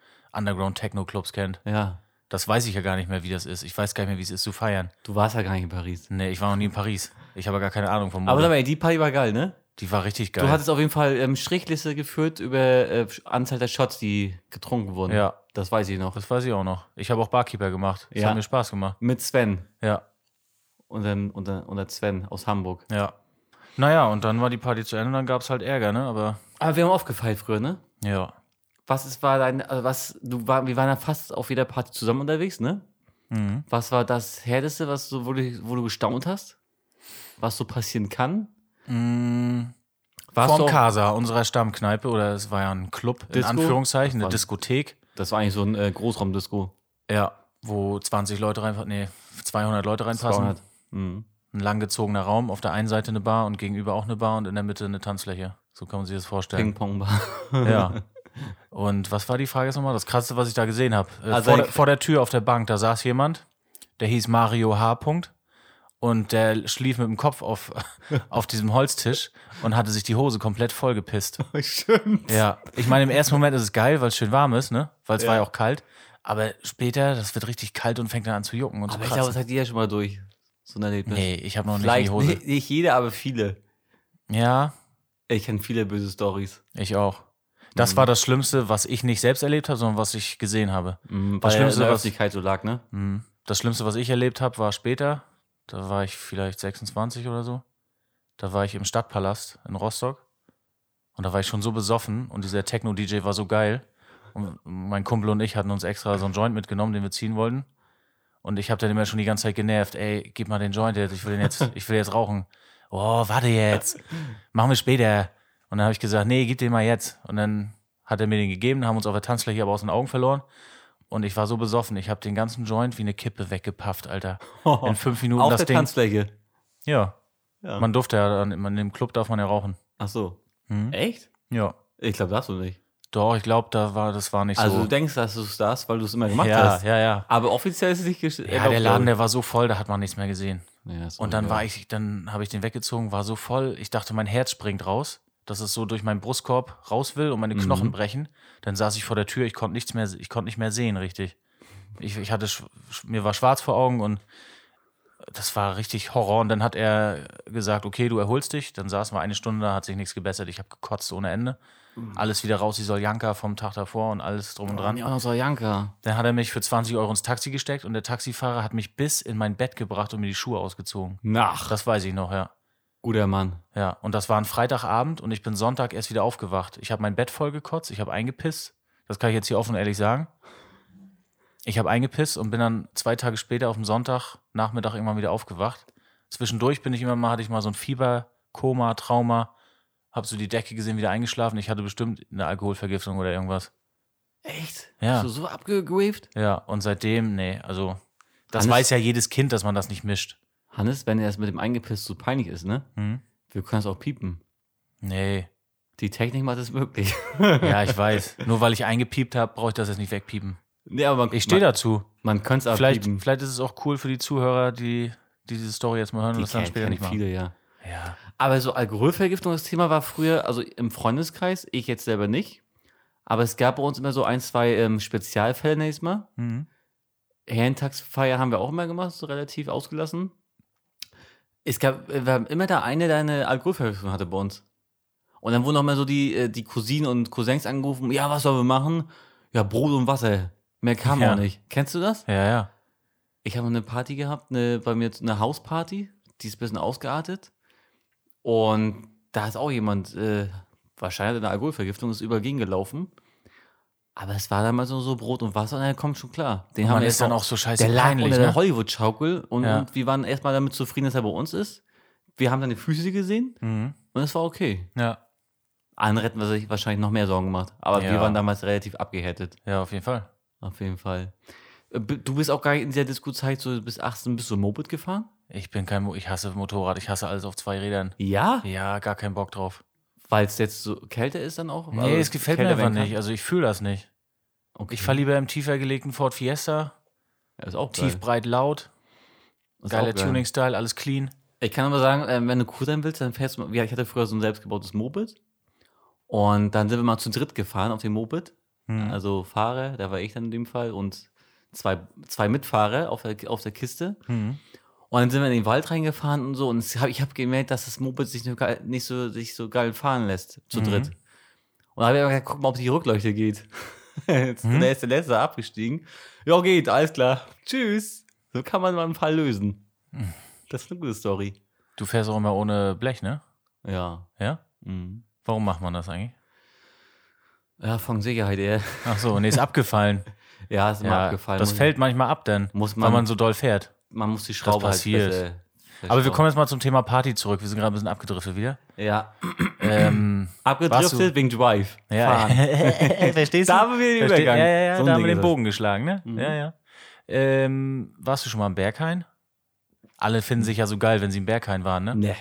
[SPEAKER 1] Underground-Techno-Clubs kennt.
[SPEAKER 2] ja,
[SPEAKER 1] Das weiß ich ja gar nicht mehr, wie das ist. Ich weiß gar nicht mehr, wie es ist zu feiern.
[SPEAKER 2] du warst ja gar nicht in Paris.
[SPEAKER 1] Nee, ich war noch nie in Paris. Ich habe gar keine Ahnung vom
[SPEAKER 2] Aber sag
[SPEAKER 1] Mode.
[SPEAKER 2] mal, die Party war geil, ne?
[SPEAKER 1] Die war richtig geil.
[SPEAKER 2] Du hattest auf jeden Fall ähm, Strichliste geführt über äh, Anzahl der Shots, die getrunken wurden.
[SPEAKER 1] Ja.
[SPEAKER 2] Das weiß ich noch.
[SPEAKER 1] das weiß ich auch noch. Ich habe auch Barkeeper gemacht. Das
[SPEAKER 2] Ja.
[SPEAKER 1] hat mir Spaß gemacht.
[SPEAKER 2] Mit Sven.
[SPEAKER 1] Ja,
[SPEAKER 2] Und dann unter, unter Sven aus Hamburg.
[SPEAKER 1] ja. Naja, und dann war die Party zu Ende und dann gab es halt Ärger, ne? Aber
[SPEAKER 2] Aber wir haben aufgefeilt früher, ne?
[SPEAKER 1] ja.
[SPEAKER 2] Was ist, war dein, also was, du war, wir waren ja fast auf jeder Party zusammen unterwegs, ne?
[SPEAKER 1] Mhm.
[SPEAKER 2] Was war das Härteste, was du, wo, du, wo du gestaunt hast? Was so passieren kann?
[SPEAKER 1] Mhm.
[SPEAKER 2] Warst du
[SPEAKER 1] Vorm
[SPEAKER 2] auch-
[SPEAKER 1] Casa, unserer Stammkneipe, oder es war ja ein Club, in
[SPEAKER 2] Disco?
[SPEAKER 1] Anführungszeichen, eine
[SPEAKER 2] Was?
[SPEAKER 1] Diskothek.
[SPEAKER 2] Das war eigentlich so ein äh, Großraumdisco.
[SPEAKER 1] Ja, wo 20 Leute reinpassen, nee, 200 Leute reinpassen.
[SPEAKER 2] 200. Mhm.
[SPEAKER 1] Ein langgezogener Raum, auf der einen Seite eine Bar und gegenüber auch eine Bar und in der Mitte eine Tanzfläche. So kann man sich das vorstellen.
[SPEAKER 2] Ping-Pong-Bar.
[SPEAKER 1] Ja. Und was war die Frage jetzt nochmal? Das krasseste, was ich da gesehen habe. Äh,
[SPEAKER 2] Also
[SPEAKER 1] vor,
[SPEAKER 2] ich-
[SPEAKER 1] der- vor der Tür auf der Bank, da saß jemand, der hieß Mario H. Punkt. Und der schlief mit dem Kopf auf, auf diesem Holztisch und hatte sich die Hose komplett vollgepisst.
[SPEAKER 2] Stimmt.
[SPEAKER 1] Ja, ich meine, im ersten Moment ist es geil, weil es schön warm ist, ne? Weil es war ja auch kalt. Aber später, das wird richtig kalt und fängt dann an zu jucken und
[SPEAKER 2] Aber
[SPEAKER 1] zu
[SPEAKER 2] ich glaube, das
[SPEAKER 1] kratzen.
[SPEAKER 2] hat jeder schon mal durch. So ein Erlebnis.
[SPEAKER 1] nee, ich habe noch nicht in die
[SPEAKER 2] Vielleicht
[SPEAKER 1] Hose.
[SPEAKER 2] nicht, nicht jeder, aber viele.
[SPEAKER 1] Ja,
[SPEAKER 2] Ich kenne viele böse Stories.
[SPEAKER 1] ich auch.
[SPEAKER 2] Mhm.
[SPEAKER 1] Das war das Schlimmste, was ich nicht selbst erlebt habe, sondern was ich gesehen habe.
[SPEAKER 2] Weil
[SPEAKER 1] Schlimmste,
[SPEAKER 2] in der
[SPEAKER 1] Mhm. was-
[SPEAKER 2] Öffentlichkeit so lag, ne?
[SPEAKER 1] Mhm. Das Schlimmste, was ich erlebt habe, war später. Da war ich vielleicht 26 oder so. Da war ich im Stadtpalast in Rostock. Und da war ich schon so besoffen und dieser Techno-DJ war so geil. Und mein Kumpel und ich hatten uns extra so einen Joint mitgenommen, den wir ziehen wollten. Und ich habe dann immer schon die ganze Zeit genervt, ey, gib mal den Joint jetzt, ich will den jetzt, ich will jetzt rauchen. Oh, warte jetzt. Machen wir später. Und dann habe ich gesagt, nee, gib den mal jetzt. Und dann hat er mir den gegeben, haben uns auf der Tanzfläche aber aus den Augen verloren. Und ich war so besoffen, ich habe den ganzen Joint wie eine Kippe weggepafft, Alter. In fünf Minuten
[SPEAKER 2] Auf
[SPEAKER 1] das
[SPEAKER 2] der
[SPEAKER 1] Ding.
[SPEAKER 2] Tanzfläche.
[SPEAKER 1] Ja,
[SPEAKER 2] Oh. Ja.
[SPEAKER 1] man durfte ja dann, man, im Club darf man ja rauchen.
[SPEAKER 2] Ach so.
[SPEAKER 1] Hm?
[SPEAKER 2] Echt?
[SPEAKER 1] Ja.
[SPEAKER 2] Ich glaube, darfst du nicht.
[SPEAKER 1] Doch, ich glaube, da war, das war nicht
[SPEAKER 2] Also
[SPEAKER 1] so.
[SPEAKER 2] du denkst, dass du es darfst, weil du es immer gemacht
[SPEAKER 1] ja,
[SPEAKER 2] hast.
[SPEAKER 1] ja, ja.
[SPEAKER 2] Aber offiziell ist es nicht gesch-
[SPEAKER 1] Ja, der Laden, der war so voll, da hat man nichts mehr gesehen.
[SPEAKER 2] Ja, ist
[SPEAKER 1] Und dann
[SPEAKER 2] okay.
[SPEAKER 1] war ich, dann habe ich den weggezogen, war so voll. Ich dachte, mein Herz springt raus, dass es so durch meinen Brustkorb raus will und meine
[SPEAKER 2] Mhm.
[SPEAKER 1] Knochen brechen. Dann saß ich vor der Tür, ich konnte nichts mehr, ich konnte nicht mehr sehen, richtig. Ich, ich hatte, sch- sch- mir war schwarz vor Augen und das war richtig Horror. Und dann hat er gesagt, okay, du erholst dich. Dann saßen wir eine Stunde, da hat sich nichts gebessert. Ich habe gekotzt ohne Ende. Alles wieder raus, die Soljanka vom Tag davor und alles drum und dran.
[SPEAKER 2] dran. Mhm. Ja, auch noch so Janka.
[SPEAKER 1] Dann hat er mich für 20 Euro ins Taxi gesteckt und der Taxifahrer hat mich bis in mein Bett gebracht und mir die Schuhe ausgezogen.
[SPEAKER 2] Nach.
[SPEAKER 1] Das weiß ich noch, ja.
[SPEAKER 2] Guter Mann.
[SPEAKER 1] Ja, und das war ein Freitagabend und ich bin Sonntag erst wieder aufgewacht. Ich habe mein Bett vollgekotzt, ich habe eingepisst. Das kann ich jetzt hier offen und ehrlich sagen. Ich habe eingepisst und bin dann zwei Tage später auf dem Sonntag Nachmittag irgendwann wieder aufgewacht. Zwischendurch bin ich immer mal, hatte ich mal so ein Fieber, Koma, Trauma, habe so die Decke gesehen, wieder eingeschlafen. Ich hatte bestimmt eine Alkoholvergiftung oder irgendwas.
[SPEAKER 2] Echt?
[SPEAKER 1] Ja.
[SPEAKER 2] Hast du so abgewaved?
[SPEAKER 1] Ja, und seitdem, nee, also das
[SPEAKER 2] Hannes-
[SPEAKER 1] weiß ja jedes Kind, dass man das nicht mischt.
[SPEAKER 2] Hannes, wenn er es mit dem Eingepisst so peinlich ist, ne?
[SPEAKER 1] Hm?
[SPEAKER 2] Wir können es auch piepen.
[SPEAKER 1] Nee,
[SPEAKER 2] Die Technik macht es möglich.
[SPEAKER 1] ja, ich weiß. Nur weil ich eingepiept habe, brauche ich das jetzt nicht wegpiepen.
[SPEAKER 2] nee, aber man,
[SPEAKER 1] Ich stehe
[SPEAKER 2] man,
[SPEAKER 1] dazu.
[SPEAKER 2] Man könnte es
[SPEAKER 1] Vielleicht,
[SPEAKER 2] abpiepen.
[SPEAKER 1] vielleicht ist es auch cool für die Zuhörer, die, die diese Story jetzt mal hören und das dann
[SPEAKER 2] kennen-
[SPEAKER 1] später
[SPEAKER 2] kennen
[SPEAKER 1] nicht machen.
[SPEAKER 2] viele, ja.
[SPEAKER 1] Ja.
[SPEAKER 2] Aber so Alkoholvergiftung, das Thema war früher, also im Freundeskreis, ich jetzt selber nicht. Aber es gab bei uns immer so ein, zwei ähm, Spezialfälle, nächstes Mal.
[SPEAKER 1] Mhm.
[SPEAKER 2] Herrentagsfeier haben wir auch immer gemacht, so relativ ausgelassen. Es gab, äh, wir haben immer da eine, der eine Alkoholvergiftung hatte bei uns. Und dann wurden auch mal so die, äh, die Cousinen und Cousins angerufen, ja, was sollen wir machen? Ja, Brot und Wasser. Mehr kam
[SPEAKER 1] Ja.
[SPEAKER 2] auch nicht. Kennst du das?
[SPEAKER 1] Ja, ja.
[SPEAKER 2] Ich habe eine Party gehabt, eine, bei mir eine Hausparty, die ist ein bisschen ausgeartet. Und da ist auch jemand, äh, wahrscheinlich eine Alkoholvergiftung, ist übergegen gelaufen. Aber es war damals nur so Brot und Wasser und er kommt schon klar. Den
[SPEAKER 1] Und man
[SPEAKER 2] wir
[SPEAKER 1] ist
[SPEAKER 2] erst
[SPEAKER 1] dann
[SPEAKER 2] mal-
[SPEAKER 1] auch so scheiße
[SPEAKER 2] der lag
[SPEAKER 1] peinlich.
[SPEAKER 2] unter der
[SPEAKER 1] Ne?
[SPEAKER 2] Hollywood-Schaukel und,
[SPEAKER 1] Ja.
[SPEAKER 2] und wir waren erstmal damit zufrieden, dass er bei uns ist. Wir haben seine Füße gesehen
[SPEAKER 1] Mhm.
[SPEAKER 2] und es war okay.
[SPEAKER 1] Ja.
[SPEAKER 2] Anderen hätten wir sich wahrscheinlich noch mehr Sorgen gemacht. Aber wir
[SPEAKER 1] Ja.
[SPEAKER 2] waren damals relativ abgehärtet.
[SPEAKER 1] ja, auf jeden Fall.
[SPEAKER 2] Auf jeden Fall. Äh, b- Du bist auch gar nicht in der Disco-Zeit, so bis 18 bist du Moped gefahren?
[SPEAKER 1] Ich bin kein, Mo ich hasse Motorrad, ich hasse alles auf zwei Rädern.
[SPEAKER 2] Ja.
[SPEAKER 1] Ja, gar keinen Bock drauf. Also,
[SPEAKER 2] Weil es jetzt so kälter ist dann auch? Also
[SPEAKER 1] Nee, es gefällt mir einfach nicht. Also ich fühle das nicht. Mhm.
[SPEAKER 2] Okay.
[SPEAKER 1] Ich fahre lieber im tiefer gelegten Ford Fiesta.
[SPEAKER 2] Ja, ist auch
[SPEAKER 1] Tief, breit, laut.
[SPEAKER 2] Ist auch
[SPEAKER 1] Geiler
[SPEAKER 2] geil.
[SPEAKER 1] Tuning-Style, alles clean.
[SPEAKER 2] Ich kann aber sagen, äh, wenn du cool sein willst, dann fährst du mal. Ja, ich hatte früher so ein selbstgebautes Moped. Und dann sind wir mal zu dritt gefahren auf dem Moped.
[SPEAKER 1] Hm.
[SPEAKER 2] Also Fahrer, da war ich dann in dem Fall und zwei, zwei Mitfahrer auf der, auf der Kiste.
[SPEAKER 1] Hm.
[SPEAKER 2] Und dann sind wir in den Wald reingefahren und so. Und es hab, ich habe gemerkt, dass das Moped sich nur geil- nicht so, sich so geil fahren lässt, zu
[SPEAKER 1] Mhm.
[SPEAKER 2] dritt. Und da habe ich aber gesagt, guck mal, ob die Rückleuchte geht. Jetzt
[SPEAKER 1] Mhm.
[SPEAKER 2] der ist der Letzte abgestiegen. Ja, geht, alles klar. Tschüss. So kann man mal einen Fall lösen.
[SPEAKER 1] Hm.
[SPEAKER 2] Das ist eine gute Story.
[SPEAKER 1] Du fährst auch immer ohne Blech, ne?
[SPEAKER 2] Ja.
[SPEAKER 1] Ja?
[SPEAKER 2] Mhm.
[SPEAKER 1] Warum macht man das eigentlich?
[SPEAKER 2] Ja, von Sicherheit eher.
[SPEAKER 1] Ach so, nee, ist abgefallen.
[SPEAKER 2] Ja, ist immer
[SPEAKER 1] ja,
[SPEAKER 2] abgefallen.
[SPEAKER 1] das
[SPEAKER 2] Muss-
[SPEAKER 1] fällt manchmal ab dann,
[SPEAKER 2] Muss
[SPEAKER 1] weil
[SPEAKER 2] man-
[SPEAKER 1] man so doll fährt.
[SPEAKER 2] Man muss die Schraube
[SPEAKER 1] passiert.
[SPEAKER 2] halt besser-
[SPEAKER 1] Aber wir kommen jetzt mal zum Thema Party zurück. Wir sind gerade ein bisschen abgedriftet wieder.
[SPEAKER 2] Ja.
[SPEAKER 1] Ähm, Warst du-
[SPEAKER 2] Abgedriftet wegen Drive.
[SPEAKER 1] ja,
[SPEAKER 2] Fahren.
[SPEAKER 1] verstehst du?
[SPEAKER 2] Da haben wir den
[SPEAKER 1] Versteh-
[SPEAKER 2] Übergang.
[SPEAKER 1] Ja, ja, ja,
[SPEAKER 2] So ein
[SPEAKER 1] da haben wir
[SPEAKER 2] Ding
[SPEAKER 1] den
[SPEAKER 2] ist Mhm. das.
[SPEAKER 1] Bogen geschlagen, ne? Ja, ja. Ähm, warst du schon mal im Berghain? Alle finden sich ja so geil, wenn sie im Berghain waren, ne?
[SPEAKER 2] Nee.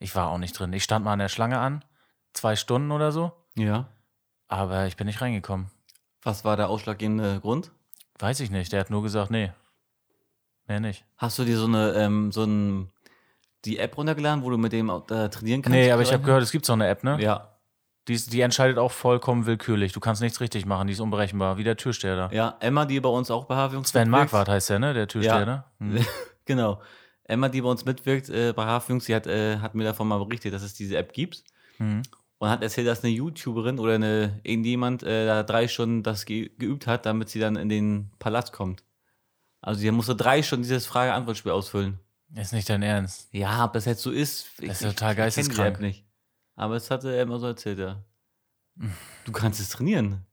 [SPEAKER 1] Ich war auch nicht drin. Ich stand mal an der Schlange an, zwei Stunden oder so,
[SPEAKER 2] Ja.
[SPEAKER 1] aber ich bin nicht reingekommen.
[SPEAKER 2] Was war der ausschlaggebende Grund?
[SPEAKER 1] Weiß ich nicht. Der hat nur gesagt, nee. Mehr nicht.
[SPEAKER 2] Hast du dir so eine, ähm, so ein, die App runtergeladen, wo du mit dem äh, trainieren kannst?
[SPEAKER 1] Nee, aber ich habe gehört, es gibt so eine App, ne?
[SPEAKER 2] Ja,
[SPEAKER 1] Die, ist, die entscheidet auch vollkommen willkürlich. Du kannst nichts richtig machen, die ist unberechenbar, wie der Türsteher da.
[SPEAKER 2] ja. Emma, die bei uns auch Behaviungs
[SPEAKER 1] Sven
[SPEAKER 2] mitwirkt.
[SPEAKER 1] Marquardt heißt der, ne? Der Türsteher,
[SPEAKER 2] Ja.
[SPEAKER 1] ne? Hm.
[SPEAKER 2] genau. Emma, die bei uns mitwirkt äh, bei Hafjungs, die hat, äh, hat mir davon mal berichtet, dass es diese App gibt.
[SPEAKER 1] Hm.
[SPEAKER 2] Und hat erzählt, dass eine YouTuberin oder eine, irgendjemand äh, da drei Stunden das ge geübt hat, damit sie dann in den Palast kommt. Also sie musste drei Stunden dieses Frage-Antwort-Spiel ausfüllen.
[SPEAKER 1] Ist nicht dein Ernst.
[SPEAKER 2] Ja, ob das jetzt so ist, ich,
[SPEAKER 1] Das ist total
[SPEAKER 2] ich- ich kenn die
[SPEAKER 1] geisteskrank.
[SPEAKER 2] App nicht. Aber es hatte er immer so erzählt, ja. Du kannst es trainieren.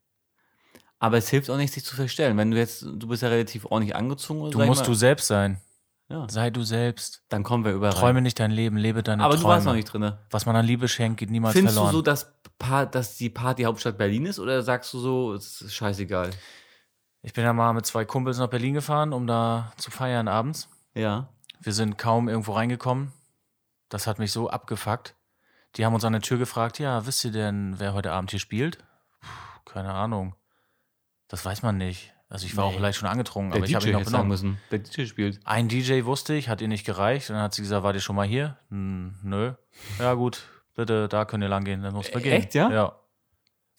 [SPEAKER 2] Aber es hilft auch nicht, sich zu verstellen. Wenn du jetzt, du bist ja relativ ordentlich angezogen.
[SPEAKER 1] Du
[SPEAKER 2] sag ich
[SPEAKER 1] musst
[SPEAKER 2] mal.
[SPEAKER 1] du selbst sein.
[SPEAKER 2] Ja.
[SPEAKER 1] Sei du selbst.
[SPEAKER 2] Dann kommen wir überall.
[SPEAKER 1] Träume nicht dein Leben, lebe deine
[SPEAKER 2] Aber
[SPEAKER 1] Träume.
[SPEAKER 2] du warst noch nicht drin.
[SPEAKER 1] Was man an Liebe schenkt, geht niemals
[SPEAKER 2] Findest
[SPEAKER 1] verloren.
[SPEAKER 2] du so, dass, Pa- dass die Party Hauptstadt Berlin ist oder sagst du so, es ist scheißegal?
[SPEAKER 1] ich bin ja mal mit zwei Kumpels nach Berlin gefahren, um da zu feiern abends.
[SPEAKER 2] Ja.
[SPEAKER 1] Wir sind kaum irgendwo reingekommen. Das hat mich so abgefuckt. Die haben uns an der Tür gefragt, ja, wisst ihr denn, wer heute Abend hier spielt? Puh, keine Ahnung. Das weiß man nicht. Also ich war
[SPEAKER 2] Nee.
[SPEAKER 1] auch leicht schon angetrunken,
[SPEAKER 2] Der
[SPEAKER 1] aber ich habe
[SPEAKER 2] DJ
[SPEAKER 1] ihn noch
[SPEAKER 2] Äh, hätte sagen
[SPEAKER 1] benommen.
[SPEAKER 2] müssen. Der DJ spielt.
[SPEAKER 1] Ein DJ wusste ich, hat ihr nicht gereicht. Und dann hat sie gesagt, wart ihr schon mal hier? Hm, nö. Ja, gut, bitte, da könnt ihr lang gehen. Dann mussten wir
[SPEAKER 2] Äh,
[SPEAKER 1] gehen.
[SPEAKER 2] echt, ja?
[SPEAKER 1] Ja.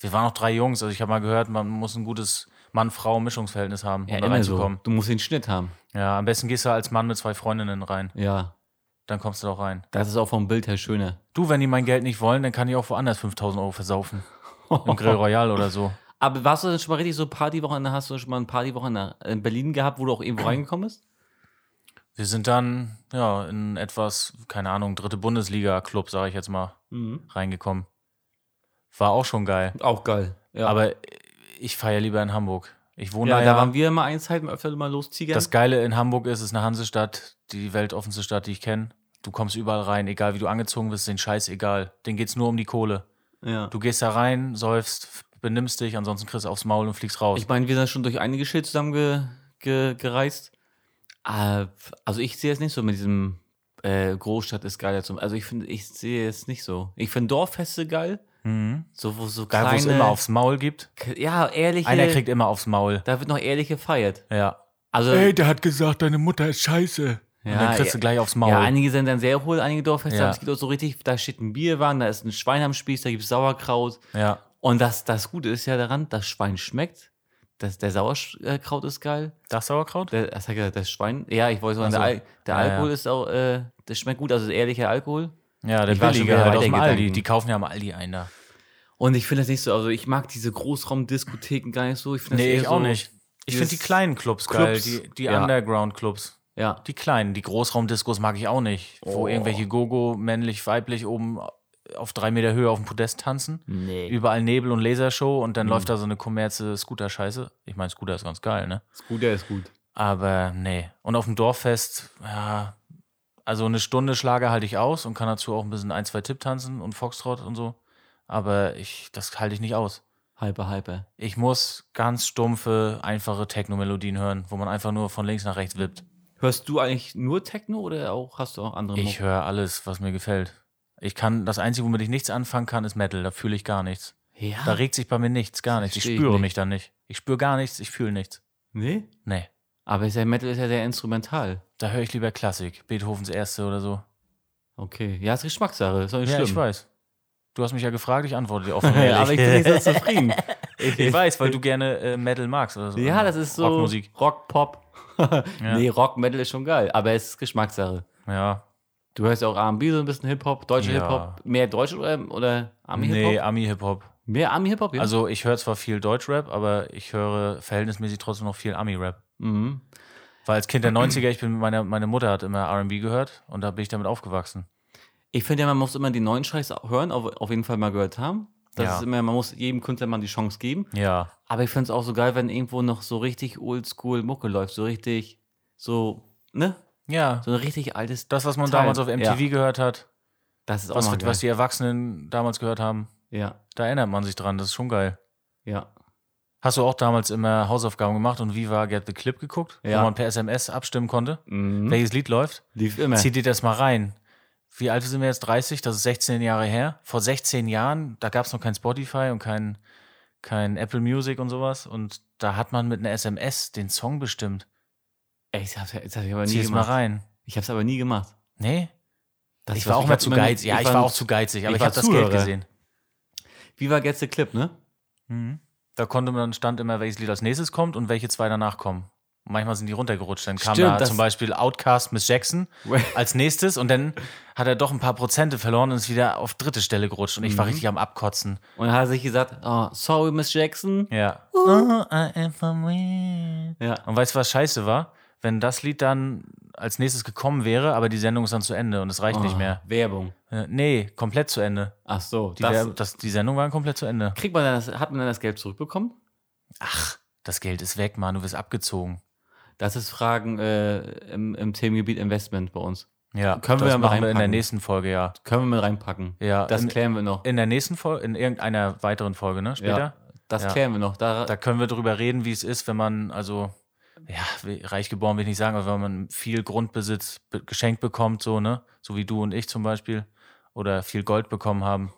[SPEAKER 1] Wir waren noch drei Jungs, also ich habe mal gehört, man muss ein gutes Mann-Frau-Mischungsverhältnis haben, um da
[SPEAKER 2] immer so.
[SPEAKER 1] reinzukommen.
[SPEAKER 2] Du musst den Schnitt haben.
[SPEAKER 1] Ja, am besten gehst du als Mann mit zwei Freundinnen rein.
[SPEAKER 2] Ja.
[SPEAKER 1] Dann kommst du doch rein.
[SPEAKER 2] Das ist auch vom Bild her schöner.
[SPEAKER 1] Du, wenn die mein Geld nicht wollen, dann kann ich auch woanders 5000 Euro versaufen. Im Grill Royal oder so.
[SPEAKER 2] Aber warst du denn schon mal richtig so Partywochenende? Hast du schon mal ein Partywochenende in Berlin gehabt, wo du auch irgendwo
[SPEAKER 1] Mhm.
[SPEAKER 2] reingekommen bist?
[SPEAKER 1] Wir sind dann, ja, in etwas, keine Ahnung, dritte Bundesliga-Club, sage ich jetzt mal, reingekommen. War Mhm. auch schon geil.
[SPEAKER 2] Auch geil. Ja,
[SPEAKER 1] Aber ich feiere lieber in Hamburg. Ich wohne
[SPEAKER 2] ja,
[SPEAKER 1] ja,
[SPEAKER 2] da waren wir mal eins halt öfter mal losziegern.
[SPEAKER 1] Das Geile in Hamburg ist, es ist eine Hansestadt, die weltoffenste Stadt, die ich kenne. Du kommst überall rein, egal wie du angezogen bist, den Scheiß egal. Den geht's nur um die Kohle.
[SPEAKER 2] ja.
[SPEAKER 1] Du gehst da rein, säufst, benimmst dich, ansonsten kriegst du aufs Maul und fliegst raus.
[SPEAKER 2] ich meine, wir sind schon durch einige Schild zusammen ge, ge, gereist. Äh, Also ich sehe es nicht so mit diesem äh, Großstadt ist geiler zum. Also ich finde, ich sehe es nicht so. Ich finde Dorffeste geil.
[SPEAKER 1] mhm.
[SPEAKER 2] So, wo so
[SPEAKER 1] Da, wo
[SPEAKER 2] kleine,
[SPEAKER 1] es immer aufs Maul gibt.
[SPEAKER 2] Ja, ehrliche.
[SPEAKER 1] Einer kriegt immer aufs Maul.
[SPEAKER 2] da wird noch ehrlich gefeiert.
[SPEAKER 1] Ja.
[SPEAKER 2] Also,
[SPEAKER 1] der hat gesagt, deine Mutter ist scheiße. Ja, und
[SPEAKER 2] Ja,
[SPEAKER 1] dann kriegst
[SPEAKER 2] ja.
[SPEAKER 1] du gleich aufs Maul.
[SPEAKER 2] Ja, einige sind dann sehr hohl, einige Dorffeste.
[SPEAKER 1] Ja.
[SPEAKER 2] aber Es gibt auch so richtig, da steht ein Bierwagen, da ist ein Schwein am Spieß, da gibt es Sauerkraut.
[SPEAKER 1] ja.
[SPEAKER 2] Und das, das Gute ist ja daran, das Schwein schmeckt. Das, der Sauerkraut ist geil.
[SPEAKER 1] Das Sauerkraut?
[SPEAKER 2] Der, das, hat ja das Schwein, ja, ich wollte sagen,
[SPEAKER 1] Ach
[SPEAKER 2] der,
[SPEAKER 1] so.
[SPEAKER 2] Al der
[SPEAKER 1] Ja, ja.
[SPEAKER 2] Alkohol ist auch, äh, das schmeckt gut, also ist ehrlicher Alkohol.
[SPEAKER 1] Ja, der
[SPEAKER 2] Ich war schon wieder
[SPEAKER 1] billige halt
[SPEAKER 2] bei
[SPEAKER 1] aus
[SPEAKER 2] der
[SPEAKER 1] dem Aldi.
[SPEAKER 2] Gedanken.
[SPEAKER 1] Die kaufen ja am Aldi ein da.
[SPEAKER 2] Und ich finde das nicht so, also ich mag diese Großraumdiskotheken gar nicht so. Ich finde das
[SPEAKER 1] Nee,
[SPEAKER 2] eher
[SPEAKER 1] ich
[SPEAKER 2] so,
[SPEAKER 1] auch nicht. eh Ich finde
[SPEAKER 2] dieses
[SPEAKER 1] die kleinen Clubs, geil,
[SPEAKER 2] Clubs.
[SPEAKER 1] die, die
[SPEAKER 2] Ja.
[SPEAKER 1] Underground-Clubs.
[SPEAKER 2] Ja,
[SPEAKER 1] Die kleinen, die Großraumdiskos mag ich auch nicht. Wo
[SPEAKER 2] Oh.
[SPEAKER 1] irgendwelche Gogo, männlich, weiblich, oben auf drei Meter Höhe auf dem Podest tanzen.
[SPEAKER 2] nee.
[SPEAKER 1] Überall Nebel und Lasershow und dann läuft da so eine kommerze Scooter-Scheiße. Ich meine, Scooter ist ganz geil, ne?
[SPEAKER 2] Scooter ist gut.
[SPEAKER 1] Aber nee. Und auf dem Dorffest, ja, also eine Stunde Schlager halte ich aus und kann dazu auch ein bisschen ein, zwei Tipp tanzen und Foxtrot und so. Aber ich, das halte ich nicht aus.
[SPEAKER 2] Halbe, halbe.
[SPEAKER 1] Ich muss ganz stumpfe, einfache Techno-Melodien hören, wo man einfach nur von links nach rechts wippt.
[SPEAKER 2] Hörst du eigentlich nur Techno oder auch hast du auch andere
[SPEAKER 1] Ich höre alles, was mir gefällt. Ich kann, das Einzige, womit ich nichts anfangen kann, ist Metal. Da fühle ich gar nichts.
[SPEAKER 2] Ja.
[SPEAKER 1] Da regt sich bei mir nichts, gar nichts. Ich
[SPEAKER 2] Ah. verstehe ich
[SPEAKER 1] spüre
[SPEAKER 2] nicht.
[SPEAKER 1] mich dann nicht. Ich spüre gar nichts, ich fühle nichts.
[SPEAKER 2] nee?
[SPEAKER 1] Nee.
[SPEAKER 2] Aber ist ja, Metal ist ja sehr instrumental.
[SPEAKER 1] Da höre ich lieber Klassik, Beethovens Erste oder so.
[SPEAKER 2] Okay. Ja, ist Geschmackssache. Ist doch nicht
[SPEAKER 1] Ja,
[SPEAKER 2] Äh, schlimm.
[SPEAKER 1] ich weiß. Du hast mich ja gefragt, ich antworte dir offen. und
[SPEAKER 2] Ja, aber ich bin
[SPEAKER 1] ehrlich.
[SPEAKER 2] nicht so zufrieden.
[SPEAKER 1] ich weiß, weil du gerne äh, Metal magst oder so.
[SPEAKER 2] Ja, das ist so
[SPEAKER 1] Rockmusik.
[SPEAKER 2] Rock, Pop. Nee, Rock, Metal ist schon geil, aber es ist Geschmackssache.
[SPEAKER 1] Ja.
[SPEAKER 2] Du hörst ja auch R&B, so ein bisschen Hip-Hop, deutscher
[SPEAKER 1] Ja.
[SPEAKER 2] Hip-Hop. Mehr deutsch oder, oder Ami-Hip-Hop?
[SPEAKER 1] Nee, Ami-Hip-Hop.
[SPEAKER 2] Mehr Ami-Hip-Hop, ja?
[SPEAKER 1] Also ich höre zwar viel Deutschrap, aber ich höre verhältnismäßig trotzdem noch viel Ami-Rap.
[SPEAKER 2] mhm.
[SPEAKER 1] Weil als Kind der 90er, ich bin, meine, meine Mutter hat immer RB gehört und da bin ich damit aufgewachsen.
[SPEAKER 2] Ich finde ja, man muss immer die neuen Scheiße hören, auf, auf jeden Fall mal gehört haben. Das
[SPEAKER 1] Ja.
[SPEAKER 2] ist immer, man muss jedem Künstler mal die Chance geben.
[SPEAKER 1] Ja.
[SPEAKER 2] Aber ich finde es auch so geil, wenn irgendwo noch so richtig oldschool Mucke läuft, so richtig, so, ne?
[SPEAKER 1] Ja.
[SPEAKER 2] So ein richtig altes,
[SPEAKER 1] Das, was man
[SPEAKER 2] Teil.
[SPEAKER 1] damals auf MTV gehört hat,
[SPEAKER 2] das ist auch
[SPEAKER 1] was,
[SPEAKER 2] mal geil.
[SPEAKER 1] was die Erwachsenen damals gehört haben,
[SPEAKER 2] ja,
[SPEAKER 1] da erinnert man sich dran. Das ist schon geil.
[SPEAKER 2] ja.
[SPEAKER 1] Hast du auch damals immer Hausaufgaben gemacht und Viva Get the Clip geguckt,
[SPEAKER 2] Ja.
[SPEAKER 1] wo man per SMS abstimmen konnte,
[SPEAKER 2] Mhm.
[SPEAKER 1] welches Lied läuft?
[SPEAKER 2] Lief immer.
[SPEAKER 1] Zieh dir das mal rein. Wie alt sind wir jetzt? 30? Das ist 16 Jahre her. Vor 16 Jahren, da gab es noch kein Spotify und kein, kein Apple Music und sowas. Und da hat man mit einer SMS den Song bestimmt.
[SPEAKER 2] Ey, ich hab's, das hab ich aber nie
[SPEAKER 1] Zieh es mal
[SPEAKER 2] gemacht.
[SPEAKER 1] rein.
[SPEAKER 2] Ich hab's aber nie gemacht.
[SPEAKER 1] Nee?
[SPEAKER 2] Das
[SPEAKER 1] ich
[SPEAKER 2] ist
[SPEAKER 1] war
[SPEAKER 2] was-
[SPEAKER 1] auch mal
[SPEAKER 2] hab
[SPEAKER 1] zu
[SPEAKER 2] immer nur-
[SPEAKER 1] geizig. Ja, ich war
[SPEAKER 2] nur-
[SPEAKER 1] auch zu geizig, aber
[SPEAKER 2] ich
[SPEAKER 1] ich,
[SPEAKER 2] war
[SPEAKER 1] habe das
[SPEAKER 2] Zuhörer.
[SPEAKER 1] Geld gesehen.
[SPEAKER 2] Wie war jetzt der Clip, ne?
[SPEAKER 1] Da konnte man, stand immer, welches Lied als nächstes kommt und welche zwei danach kommen. Und Manchmal sind die runtergerutscht. Dann kam
[SPEAKER 2] Stimmt,
[SPEAKER 1] da
[SPEAKER 2] das-
[SPEAKER 1] zum Beispiel Outcast Miss Jackson als nächstes und dann hat er doch ein paar Prozente verloren und ist wieder auf dritte Stelle gerutscht. Und ich
[SPEAKER 2] Mhm.
[SPEAKER 1] war richtig am Abkotzen.
[SPEAKER 2] Und dann hat er sich gesagt, oh, sorry, Miss Jackson.
[SPEAKER 1] Ja. Oh, I am from where.
[SPEAKER 2] Ja.
[SPEAKER 1] Und weißt du, was scheiße war? Wenn das Lied dann als nächstes gekommen wäre, aber die Sendung ist dann zu Ende und es reicht nicht
[SPEAKER 2] Oh,
[SPEAKER 1] mehr.
[SPEAKER 2] Werbung.
[SPEAKER 1] Äh, Nee, komplett zu Ende.
[SPEAKER 2] Ach so,
[SPEAKER 1] Die,
[SPEAKER 2] das,
[SPEAKER 1] Werb- das, die Sendung war komplett zu Ende.
[SPEAKER 2] kriegt man dann das, hat man dann das Geld zurückbekommen?
[SPEAKER 1] Das Geld ist weg, Mann, du wirst abgezogen.
[SPEAKER 2] Das ist Fragen äh, im, im Themengebiet Investment bei uns.
[SPEAKER 1] Ja,
[SPEAKER 2] Können wir
[SPEAKER 1] das
[SPEAKER 2] ja mal
[SPEAKER 1] machen wir in der
[SPEAKER 2] reinpacken.
[SPEAKER 1] nächsten Folge, ja.
[SPEAKER 2] Können wir mit reinpacken.
[SPEAKER 1] Ja,
[SPEAKER 2] Das
[SPEAKER 1] in,
[SPEAKER 2] klären wir noch.
[SPEAKER 1] in der nächsten Folge, in irgendeiner weiteren Folge, ne? Später.
[SPEAKER 2] Ja, das
[SPEAKER 1] Ja.
[SPEAKER 2] klären wir noch. Da,
[SPEAKER 1] Da können wir drüber reden, wie es ist, wenn man, also, ja, wie- reich geboren will ich nicht sagen, aber wenn man viel Grundbesitz be- geschenkt bekommt, so, ne? So wie du und ich zum Beispiel. Oder viel Gold bekommen haben.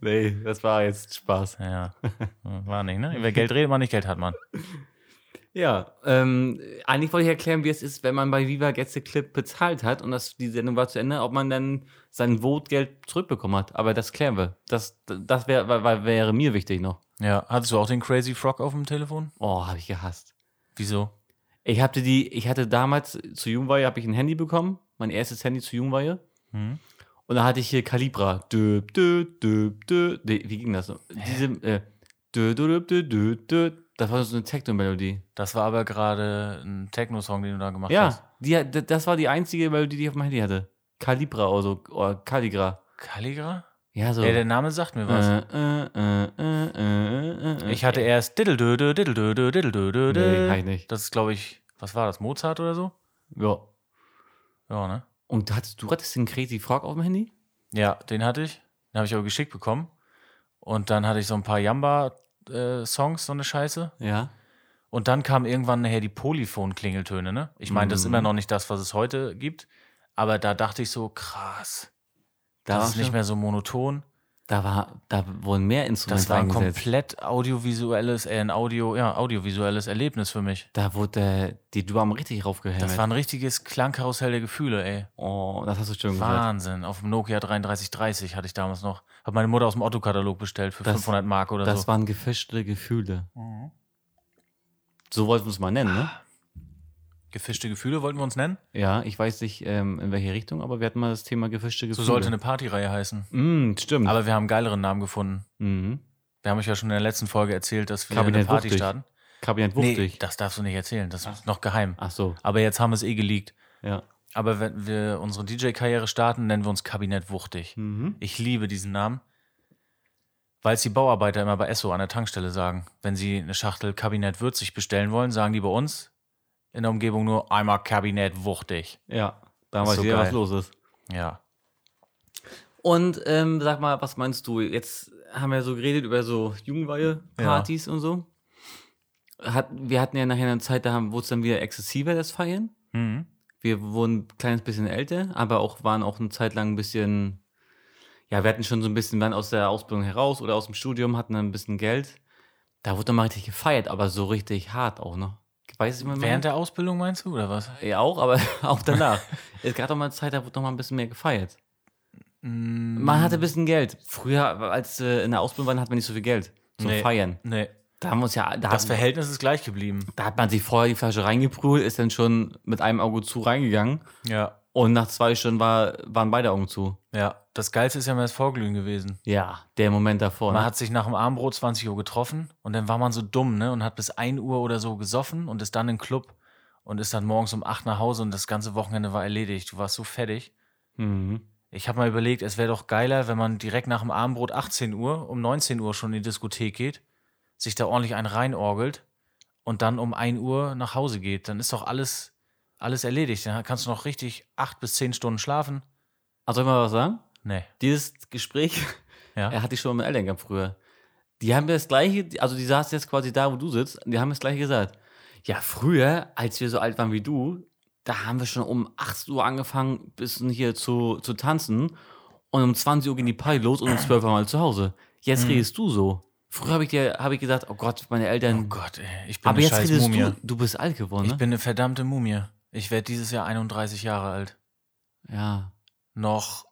[SPEAKER 2] nee, das war jetzt Spaß.
[SPEAKER 1] Ja, war nicht, ne? Über Geld redet man nicht, Geld hat man.
[SPEAKER 2] Ja, ähm, eigentlich wollte ich erklären, wie es ist, wenn man bei Viva Gäste Clip bezahlt hat und das, die Sendung war zu Ende, ob man dann sein Votgeld zurückbekommen hat. Aber das klären wir. Das, das wär, wär, wär, wäre mir wichtig noch.
[SPEAKER 1] Ja, hattest du auch den Crazy Frog auf dem Telefon?
[SPEAKER 2] Oh, habe ich gehasst.
[SPEAKER 1] Wieso?
[SPEAKER 2] Ich hatte die, ich hatte damals zu Jungweihe habe ich ein Handy bekommen, mein erstes Handy zu Jungweihe.
[SPEAKER 1] Hm?
[SPEAKER 2] Und da hatte ich hier Calibra. Dö, dö, dö, dö. Nee, wie ging das? noch? Diese, äh, dö, dö, dö, dö, dö, dö. Das war so eine Techno-Melodie.
[SPEAKER 1] Das war aber gerade ein Techno-Song, den du da gemacht hast.
[SPEAKER 2] Ja, die, hat- d- das war die einzige Melodie, die ich auf meinem Handy hatte. Calibra oder so, oder Caligra.
[SPEAKER 1] Calligra?
[SPEAKER 2] Ja, so. Äh,
[SPEAKER 1] Ja, der Name sagt mir was. Ich hatte erst Diddledöde, Diddledöde, Diddledöde.
[SPEAKER 2] Nee, hab ich nicht.
[SPEAKER 1] Das ist, glaube ich, was war das? Mozart oder so?
[SPEAKER 2] Ja.
[SPEAKER 1] Ja, ne?
[SPEAKER 2] Und du hattest, du hattest den Crazy Frog auf dem Handy?
[SPEAKER 1] Ja, den hatte ich. Den habe ich aber geschickt bekommen. Und dann hatte ich so ein paar Jamba-Songs, so eine Scheiße.
[SPEAKER 2] Ja.
[SPEAKER 1] Und dann kamen irgendwann nachher die Polyphon-Klingeltöne, ne? Ich meine, das ist immer
[SPEAKER 2] Mhm.
[SPEAKER 1] noch nicht das, was es heute gibt. Aber da dachte ich so, krass,
[SPEAKER 2] Da
[SPEAKER 1] das
[SPEAKER 2] war
[SPEAKER 1] ist nicht
[SPEAKER 2] schon-
[SPEAKER 1] mehr so monoton.
[SPEAKER 2] Da, war, da wurden mehr Instrumente
[SPEAKER 1] Das war ein
[SPEAKER 2] eingesetzt.
[SPEAKER 1] komplett audiovisuelles, äh, ein Audio, ja, audiovisuelles Erlebnis für mich.
[SPEAKER 2] Da wurde die Drum richtig raufgehämmert.
[SPEAKER 1] Das war ein richtiges Klangkarussell der Gefühle, ey.
[SPEAKER 2] oh, das hast du schön gesagt.
[SPEAKER 1] Wahnsinn. Auf dem Nokia 3330 hatte ich damals noch. Habe meine Mutter aus dem Otto-Katalog bestellt für
[SPEAKER 2] Das-
[SPEAKER 1] 500 Mark oder so.
[SPEAKER 2] Das
[SPEAKER 1] Mhm.
[SPEAKER 2] waren gefischte Gefühle. So wollten wir es mal nennen, ne?
[SPEAKER 1] Gefischte Gefühle wollten wir uns nennen.
[SPEAKER 2] Ja, ich weiß nicht ähm, in welche Richtung, aber wir hatten mal das Thema gefischte Gefühle.
[SPEAKER 1] So sollte eine Partyreihe heißen.
[SPEAKER 2] Mm, stimmt.
[SPEAKER 1] Aber wir haben einen geileren Namen gefunden.
[SPEAKER 2] mhm.
[SPEAKER 1] Wir haben euch ja schon in der letzten Folge erzählt, dass wir
[SPEAKER 2] Kabinett
[SPEAKER 1] eine Party
[SPEAKER 2] Wuchtig.
[SPEAKER 1] starten.
[SPEAKER 2] Kabinett
[SPEAKER 1] Nee,
[SPEAKER 2] wuchtig.
[SPEAKER 1] das darfst du nicht erzählen. Das ist noch geheim.
[SPEAKER 2] Ach so,
[SPEAKER 1] Aber jetzt haben wir es eh geleakt.
[SPEAKER 2] ja.
[SPEAKER 1] Aber wenn wir unsere DJ-Karriere starten, nennen wir uns Kabinett Wuchtig.
[SPEAKER 2] Mhm.
[SPEAKER 1] Ich liebe diesen Namen, weil es die Bauarbeiter immer bei Esso an der Tankstelle sagen. Wenn sie eine Schachtel Kabinett würzig bestellen wollen, sagen die bei uns in der Umgebung nur einmal Kabinett Wuchtig.
[SPEAKER 2] Ja, da
[SPEAKER 1] Ist
[SPEAKER 2] weiß
[SPEAKER 1] so
[SPEAKER 2] jeder,
[SPEAKER 1] geil.
[SPEAKER 2] was los ist.
[SPEAKER 1] Ja.
[SPEAKER 2] Und ähm, sag mal, was meinst du? Jetzt haben wir so geredet über so Jugendweihe-Partys und so. Hat, wir hatten ja nachher eine Zeit, da wurde es dann wieder exzessiver, das Feiern.
[SPEAKER 1] Mhm.
[SPEAKER 2] Wir wurden ein kleines bisschen älter, aber auch waren auch eine Zeit lang ein bisschen, ja, wir hatten schon so ein bisschen, waren aus der Ausbildung heraus oder aus dem Studium, hatten dann ein bisschen Geld. Da wurde dann mal richtig gefeiert, aber so richtig hart auch, ne? weiß ich immer mehr.
[SPEAKER 1] Während der Ausbildung meinst du, oder was?
[SPEAKER 2] Ja, auch, aber auch danach. es gab doch mal eine Zeit, da wurde noch mal ein bisschen mehr gefeiert. Man hatte ein bisschen Geld. Früher, als äh, in der Ausbildung waren, hat man nicht so viel Geld zum
[SPEAKER 1] Nee.
[SPEAKER 2] Feiern.
[SPEAKER 1] Nee.
[SPEAKER 2] Da haben wir uns ja, da,
[SPEAKER 1] Das
[SPEAKER 2] hat-
[SPEAKER 1] Verhältnis ist gleich geblieben.
[SPEAKER 2] da hat man sich vorher die Flasche reingeprügelt, ist dann schon mit einem Auge zu reingegangen
[SPEAKER 1] Ja.
[SPEAKER 2] und nach zwei Stunden war, waren beide Augen zu.
[SPEAKER 1] Ja. Das Geilste ist ja mal das Vorglühen gewesen.
[SPEAKER 2] Ja, der Moment davor.
[SPEAKER 1] Man
[SPEAKER 2] ne?
[SPEAKER 1] hat sich nach dem Abendbrot 20 Uhr getroffen und dann war man so dumm, ne? Und hat bis 1 Uhr oder so gesoffen und ist dann im Club und ist dann morgens um 8 nach Hause und das ganze Wochenende war erledigt. Du warst so fertig.
[SPEAKER 2] mhm.
[SPEAKER 1] Ich habe mal überlegt, es wäre doch geiler, wenn man direkt nach dem Abendbrot 18 Uhr um 19 Uhr schon in die Diskothek geht, sich da ordentlich einen reinorgelt und dann um 1 Uhr nach Hause geht. Dann ist doch alles, alles erledigt. Dann kannst du noch richtig 8 bis 10 Stunden schlafen.
[SPEAKER 2] Also, soll ich mal was sagen?
[SPEAKER 1] Nee.
[SPEAKER 2] Dieses Gespräch
[SPEAKER 1] Ja.
[SPEAKER 2] Er hatte ich schon mit Eltern gehabt früher. Die haben mir das gleiche, also die saß jetzt quasi da, wo du sitzt, die haben mir das gleiche gesagt. Ja, früher, als wir so alt waren wie du, da haben wir schon um 8 Uhr angefangen, bisschen hier zu, zu tanzen. Und um 20 Uhr ging die Party los und um 12 Uhr mal zu Hause. Jetzt
[SPEAKER 1] Mhm.
[SPEAKER 2] redest du so. Früher habe ich dir hab ich gesagt, oh Gott, meine
[SPEAKER 1] Oh
[SPEAKER 2] Eltern.
[SPEAKER 1] Gott, ey. Ich bin
[SPEAKER 2] aber
[SPEAKER 1] eine
[SPEAKER 2] jetzt
[SPEAKER 1] scheiß
[SPEAKER 2] redest
[SPEAKER 1] Mumie.
[SPEAKER 2] du, du bist alt geworden,
[SPEAKER 1] Ich
[SPEAKER 2] ne?
[SPEAKER 1] bin eine verdammte Mumie. Ich werde dieses Jahr 31 Jahre alt.
[SPEAKER 2] Ja.
[SPEAKER 1] Noch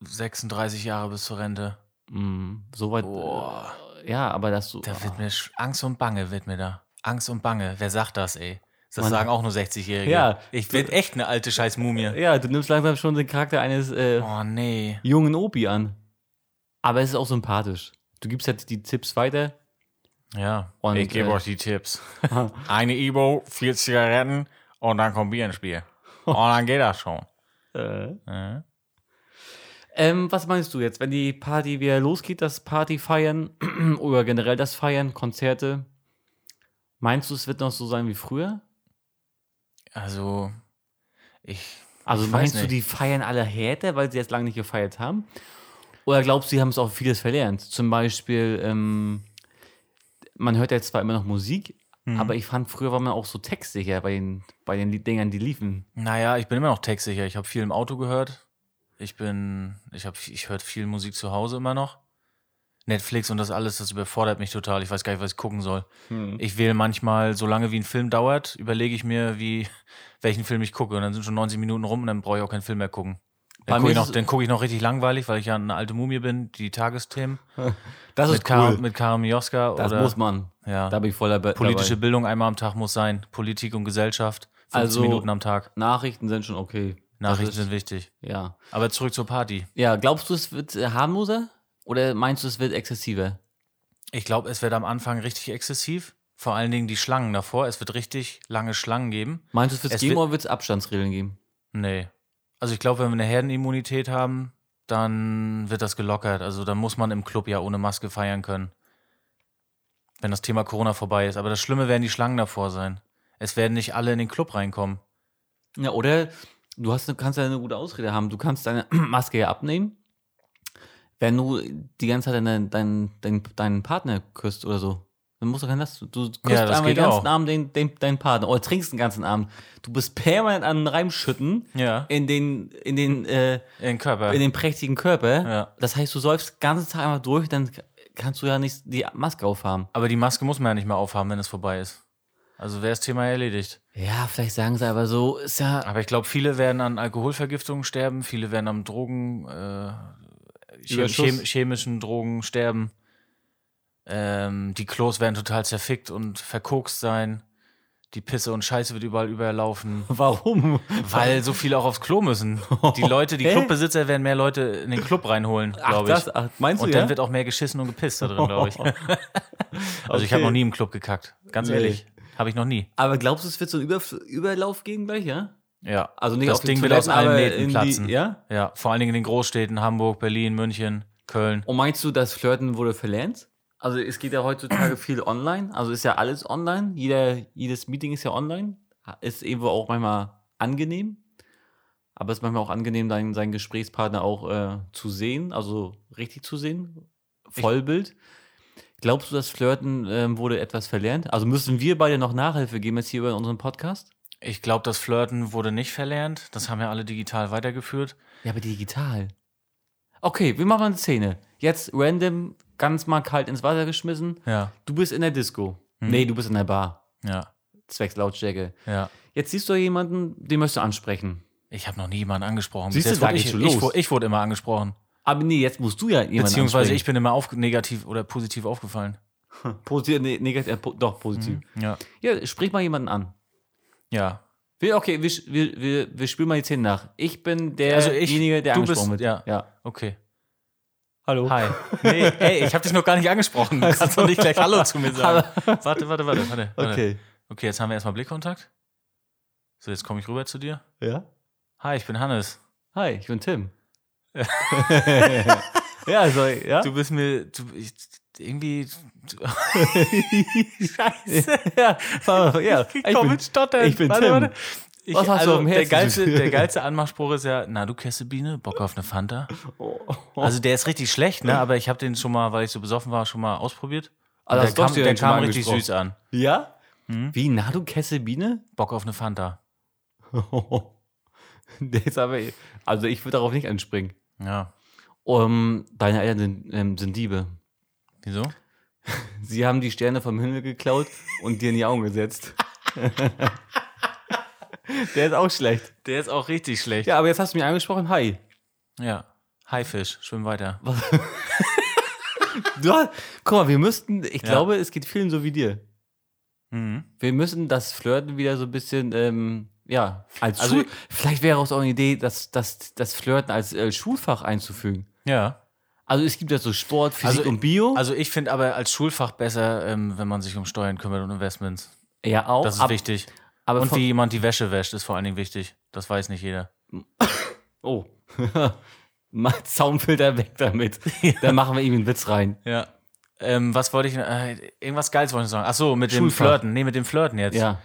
[SPEAKER 1] 36 Jahre bis zur Rente.
[SPEAKER 2] Mm, Soweit.
[SPEAKER 1] Boah.
[SPEAKER 2] Ja, aber dass du.
[SPEAKER 1] Da wird mir sch- Angst und Bange, wird mir da. Angst und Bange. Wer sagt das, ey? Das
[SPEAKER 2] Mann.
[SPEAKER 1] sagen auch nur 60-Jährige.
[SPEAKER 2] Ja.
[SPEAKER 1] Ich bin echt eine alte scheiß Mumie.
[SPEAKER 2] ja, du nimmst langsam schon den Charakter eines. Äh,
[SPEAKER 1] Oh nee.
[SPEAKER 2] jungen Obi an. Aber es ist auch sympathisch. Du gibst halt die Tipps weiter.
[SPEAKER 1] Ja.
[SPEAKER 2] Und,
[SPEAKER 1] ich gebe
[SPEAKER 2] äh,
[SPEAKER 1] euch die Tipps. Eine Ibo, vier Zigaretten und dann kommt Bier ins Spiel. Und dann geht das schon. Äh? Ja.
[SPEAKER 2] Äh. Ähm, was meinst du jetzt, wenn die Party wieder losgeht, das Party feiern oder generell das Feiern, Konzerte? Meinst du, es wird noch so sein wie früher?
[SPEAKER 1] Also, ich.
[SPEAKER 2] Also
[SPEAKER 1] Ich weiß
[SPEAKER 2] meinst du,
[SPEAKER 1] nicht.
[SPEAKER 2] die feiern alle härter, weil sie jetzt lange nicht gefeiert haben? Oder glaubst du, sie haben es auch vieles verlernt? Zum Beispiel, ähm, man hört ja zwar immer noch Musik, aber ich fand, früher war man auch so textsicher bei den, bei den Lied- Dingern, die liefen.
[SPEAKER 1] Naja, ich bin immer noch textsicher. Ich habe viel im Auto gehört. Ich bin, ich habe, ich höre viel Musik zu Hause immer noch. Netflix und das alles, das überfordert mich total. Ich weiß gar nicht, was ich gucken soll.
[SPEAKER 2] Hm.
[SPEAKER 1] Ich wähle manchmal, solange wie ein Film dauert, überlege ich mir, wie, welchen Film ich gucke. Und dann sind schon 90 Minuten rum und dann brauche ich auch keinen Film mehr gucken.
[SPEAKER 2] Bei
[SPEAKER 1] Dann
[SPEAKER 2] mir
[SPEAKER 1] gucke ich,
[SPEAKER 2] ist
[SPEAKER 1] noch-
[SPEAKER 2] es-
[SPEAKER 1] dann guck ich noch richtig langweilig, weil ich ja eine alte Mumie bin, die Tagesthemen.
[SPEAKER 2] Das
[SPEAKER 1] Mit, Kar mit Karim Joska
[SPEAKER 2] Das
[SPEAKER 1] oder
[SPEAKER 2] muss man.
[SPEAKER 1] ja,
[SPEAKER 2] Da bin ich voll dabei.
[SPEAKER 1] politische Bildung einmal am Tag muss sein. Politik und Gesellschaft, 15
[SPEAKER 2] Also-
[SPEAKER 1] Minuten am Tag.
[SPEAKER 2] Nachrichten sind schon okay.
[SPEAKER 1] Nachrichten
[SPEAKER 2] ist-
[SPEAKER 1] sind wichtig.
[SPEAKER 2] Ja.
[SPEAKER 1] Aber zurück zur Party.
[SPEAKER 2] Ja, glaubst du, es wird äh, harmloser? Oder meinst du, es wird exzessiver?
[SPEAKER 1] Ich glaube, es wird am Anfang richtig exzessiv. Vor allen Dingen die Schlangen davor. Es wird richtig lange Schlangen geben.
[SPEAKER 2] Meinst du, es wird
[SPEAKER 1] Es
[SPEAKER 2] geben
[SPEAKER 1] wird-
[SPEAKER 2] oder wird es Abstandsregeln geben?
[SPEAKER 1] Nee. Also ich glaube, wenn wir eine Herdenimmunität haben, dann wird das gelockert. Also dann muss man im Club ja ohne Maske feiern können. Wenn das Thema Corona vorbei ist. Aber das Schlimme werden die Schlangen davor sein. Es werden nicht alle in den Club reinkommen.
[SPEAKER 2] Ja, oder du hast, eine- kannst ja eine gute Ausrede haben. Du kannst deine Maske ja abnehmen, wenn du die ganze Zeit deinen deinen deinen deinen Partner küsst oder so. Dann musst du keinen Last. Du küsst
[SPEAKER 1] Ja, das
[SPEAKER 2] einmal den
[SPEAKER 1] geht
[SPEAKER 2] ganzen
[SPEAKER 1] auch.
[SPEAKER 2] Abend den, den, deinen Partner oder trinkst den ganzen Abend. Du bist permanent an den Reimschütten
[SPEAKER 1] Ja.
[SPEAKER 2] in den, in den, äh,
[SPEAKER 1] In den Körper.
[SPEAKER 2] in den prächtigen Körper.
[SPEAKER 1] Ja.
[SPEAKER 2] Das heißt, du säufst den ganzen Tag einmal durch, dann k- kannst du ja nicht die Maske aufhaben.
[SPEAKER 1] Aber die Maske muss man ja nicht mehr aufhaben, wenn es vorbei ist. Also wäre das Thema erledigt.
[SPEAKER 2] Ja, vielleicht sagen sie aber so, ist ja.
[SPEAKER 1] Aber ich glaube, viele werden an Alkoholvergiftungen sterben, viele werden am Drogen, äh, chem
[SPEAKER 2] Überschuss.
[SPEAKER 1] chem chemischen Drogen sterben. Ähm, die Klos werden total zerfickt und verkokst sein. Die Pisse und Scheiße wird überall überlaufen,
[SPEAKER 2] Warum?
[SPEAKER 1] weil so viele auch aufs Klo müssen. Die Leute, die
[SPEAKER 2] Hä?
[SPEAKER 1] Clubbesitzer werden mehr Leute in den Club reinholen,
[SPEAKER 2] Ach,
[SPEAKER 1] glaube ich.
[SPEAKER 2] das, ach, meinst
[SPEAKER 1] und
[SPEAKER 2] du
[SPEAKER 1] dann
[SPEAKER 2] ja?
[SPEAKER 1] wird auch mehr geschissen und gepisst da drin, glaube ich. Also ich habe
[SPEAKER 2] Okay.
[SPEAKER 1] noch nie im Club gekackt. Ganz
[SPEAKER 2] Nee.
[SPEAKER 1] ehrlich. Habe ich noch nie.
[SPEAKER 2] Aber glaubst du, es wird so ein Überf- Überlauf geben gleich, ja?
[SPEAKER 1] Ja.
[SPEAKER 2] Also nicht
[SPEAKER 1] das
[SPEAKER 2] auf die
[SPEAKER 1] Ding wird aus
[SPEAKER 2] Toiletten,
[SPEAKER 1] allen
[SPEAKER 2] aber
[SPEAKER 1] Nähten
[SPEAKER 2] in die-
[SPEAKER 1] platzen.
[SPEAKER 2] ja?
[SPEAKER 1] Ja, vor allen Dingen in den Großstädten, Hamburg, Berlin, München, Köln.
[SPEAKER 2] Und meinst du, das Flirten wurde verlernt? Also es geht ja heutzutage viel online. Also ist ja alles online. Jeder, jedes Meeting ist ja online. Ist irgendwo auch manchmal angenehm. Aber es ist manchmal auch angenehm, deinen, seinen Gesprächspartner auch äh, zu sehen, also richtig zu sehen. Vollbild. Glaubst du, das Flirten ähm, wurde etwas verlernt? Also müssen wir beide noch Nachhilfe geben jetzt hier über unseren Podcast?
[SPEAKER 1] Ich glaube, das Flirten wurde nicht verlernt. Das haben ja alle digital weitergeführt.
[SPEAKER 2] Ja, aber digital. Okay, wir machen mal eine Szene. Jetzt random, ganz mal kalt ins Wasser geschmissen.
[SPEAKER 1] Ja,
[SPEAKER 2] Mhm. Du bist in der Disco. Nee, du bist in der Bar.
[SPEAKER 1] ja.
[SPEAKER 2] zwecks Lautstärke.
[SPEAKER 1] Ja.
[SPEAKER 2] Jetzt siehst du jemanden, den möchtest du ansprechen.
[SPEAKER 1] Ich habe noch nie jemanden angesprochen.
[SPEAKER 2] Siehst du,
[SPEAKER 1] Bis jetzt
[SPEAKER 2] sag
[SPEAKER 1] wurde
[SPEAKER 2] ich
[SPEAKER 1] ich,
[SPEAKER 2] schon
[SPEAKER 1] ich,
[SPEAKER 2] los.
[SPEAKER 1] wu- ich wurde immer angesprochen.
[SPEAKER 2] Aber nee, jetzt musst du ja jemanden
[SPEAKER 1] Beziehungsweise ich
[SPEAKER 2] ansprechen.
[SPEAKER 1] bin immer auf, negativ oder positiv aufgefallen.
[SPEAKER 2] Positiv, nee, negativ, äh, po, doch, positiv.
[SPEAKER 1] Ja.
[SPEAKER 2] Ja, sprich mal jemanden an.
[SPEAKER 1] Ja.
[SPEAKER 2] Wir, okay, wir, sch- wir, wir, wir spielen mal jetzt hin nach. Ich bin
[SPEAKER 1] Also ich-
[SPEAKER 2] derjenige, der
[SPEAKER 1] du
[SPEAKER 2] angesprochen
[SPEAKER 1] bist- ja.
[SPEAKER 2] wird. ja.
[SPEAKER 1] Okay.
[SPEAKER 2] Hallo.
[SPEAKER 1] Hi. Nee, ey, ich habe dich noch gar nicht angesprochen.
[SPEAKER 2] Also-
[SPEAKER 1] Du kannst doch nicht gleich Hallo zu mir sagen. Warte, warte, warte, warte. warte.
[SPEAKER 2] Okay.
[SPEAKER 1] Okay, jetzt haben wir erstmal Blickkontakt. So, jetzt komme ich rüber zu dir.
[SPEAKER 2] Ja?
[SPEAKER 1] Hi, ich bin Hannes.
[SPEAKER 2] Hi, ich bin Tim. ja, also, ja.
[SPEAKER 1] Du bist mir du, ich, irgendwie. Du,
[SPEAKER 2] ja, fahr- ja. Ich, bin,
[SPEAKER 1] Stottern.
[SPEAKER 2] ich bin
[SPEAKER 1] warte,
[SPEAKER 2] Tim.
[SPEAKER 1] Warte. Ich,
[SPEAKER 2] Was hast du
[SPEAKER 1] also,
[SPEAKER 2] auf dem
[SPEAKER 1] der,
[SPEAKER 2] Herzen?
[SPEAKER 1] geilste, der geilste Anmachspruch ist ja, na du Kessebiene, Bock auf eine Fanta.
[SPEAKER 2] oh, oh.
[SPEAKER 1] Also der ist richtig schlecht, ne? aber ich habe den schon mal, weil ich so besoffen war, schon mal ausprobiert. Und der
[SPEAKER 2] Also hast du
[SPEAKER 1] kam,
[SPEAKER 2] doch den
[SPEAKER 1] der
[SPEAKER 2] schon
[SPEAKER 1] kam
[SPEAKER 2] mal
[SPEAKER 1] richtig
[SPEAKER 2] angesprochen.
[SPEAKER 1] süß an.
[SPEAKER 2] ja? Wie, na du Kesselbiene?
[SPEAKER 1] Bock auf eine Fanta.
[SPEAKER 2] der ist aber, also ich würde darauf nicht anspringen.
[SPEAKER 1] Ja.
[SPEAKER 2] Um, deine Eltern sind, ähm, sind Diebe.
[SPEAKER 1] Wieso?
[SPEAKER 2] Sie haben die Sterne vom Himmel geklaut und dir in die Augen gesetzt. der ist auch schlecht.
[SPEAKER 1] Der ist auch richtig schlecht. Ja.
[SPEAKER 2] Ja, aber jetzt hast du mich angesprochen. Hi.
[SPEAKER 1] Haifisch, schwimm weiter.
[SPEAKER 2] Du, hast- guck mal, wir müssten, ich glaube, es geht vielen so wie dir.
[SPEAKER 1] Mhm.
[SPEAKER 2] Wir müssen das Flirten wieder so ein bisschen, ähm, ja, als
[SPEAKER 1] Also-
[SPEAKER 2] Schul Vielleicht wäre auch so eine Idee, das, das, das Flirten als äh, Schulfach einzufügen.
[SPEAKER 1] Ja.
[SPEAKER 2] Also es gibt ja so Sport, Physik
[SPEAKER 1] Also-
[SPEAKER 2] und Bio.
[SPEAKER 1] Also ich finde aber als Schulfach besser, ähm, wenn man sich um Steuern kümmert und Investments.
[SPEAKER 2] ja, auch.
[SPEAKER 1] Das ist
[SPEAKER 2] Oh, ab-
[SPEAKER 1] wichtig.
[SPEAKER 2] Aber
[SPEAKER 1] Und
[SPEAKER 2] von-
[SPEAKER 1] wie jemand die Wäsche wäscht, ist vor allen Dingen wichtig. Das weiß nicht jeder.
[SPEAKER 2] Oh. Mal Zaunfilter weg damit. Dann machen wir ihm einen Witz rein.
[SPEAKER 1] Ja. Ähm, was wollte ich? Äh, irgendwas Geiles wollte ich sagen. Ach so, mit dem
[SPEAKER 2] Schulfach.
[SPEAKER 1] Flirten. Nee, mit dem Flirten jetzt.
[SPEAKER 2] Ja.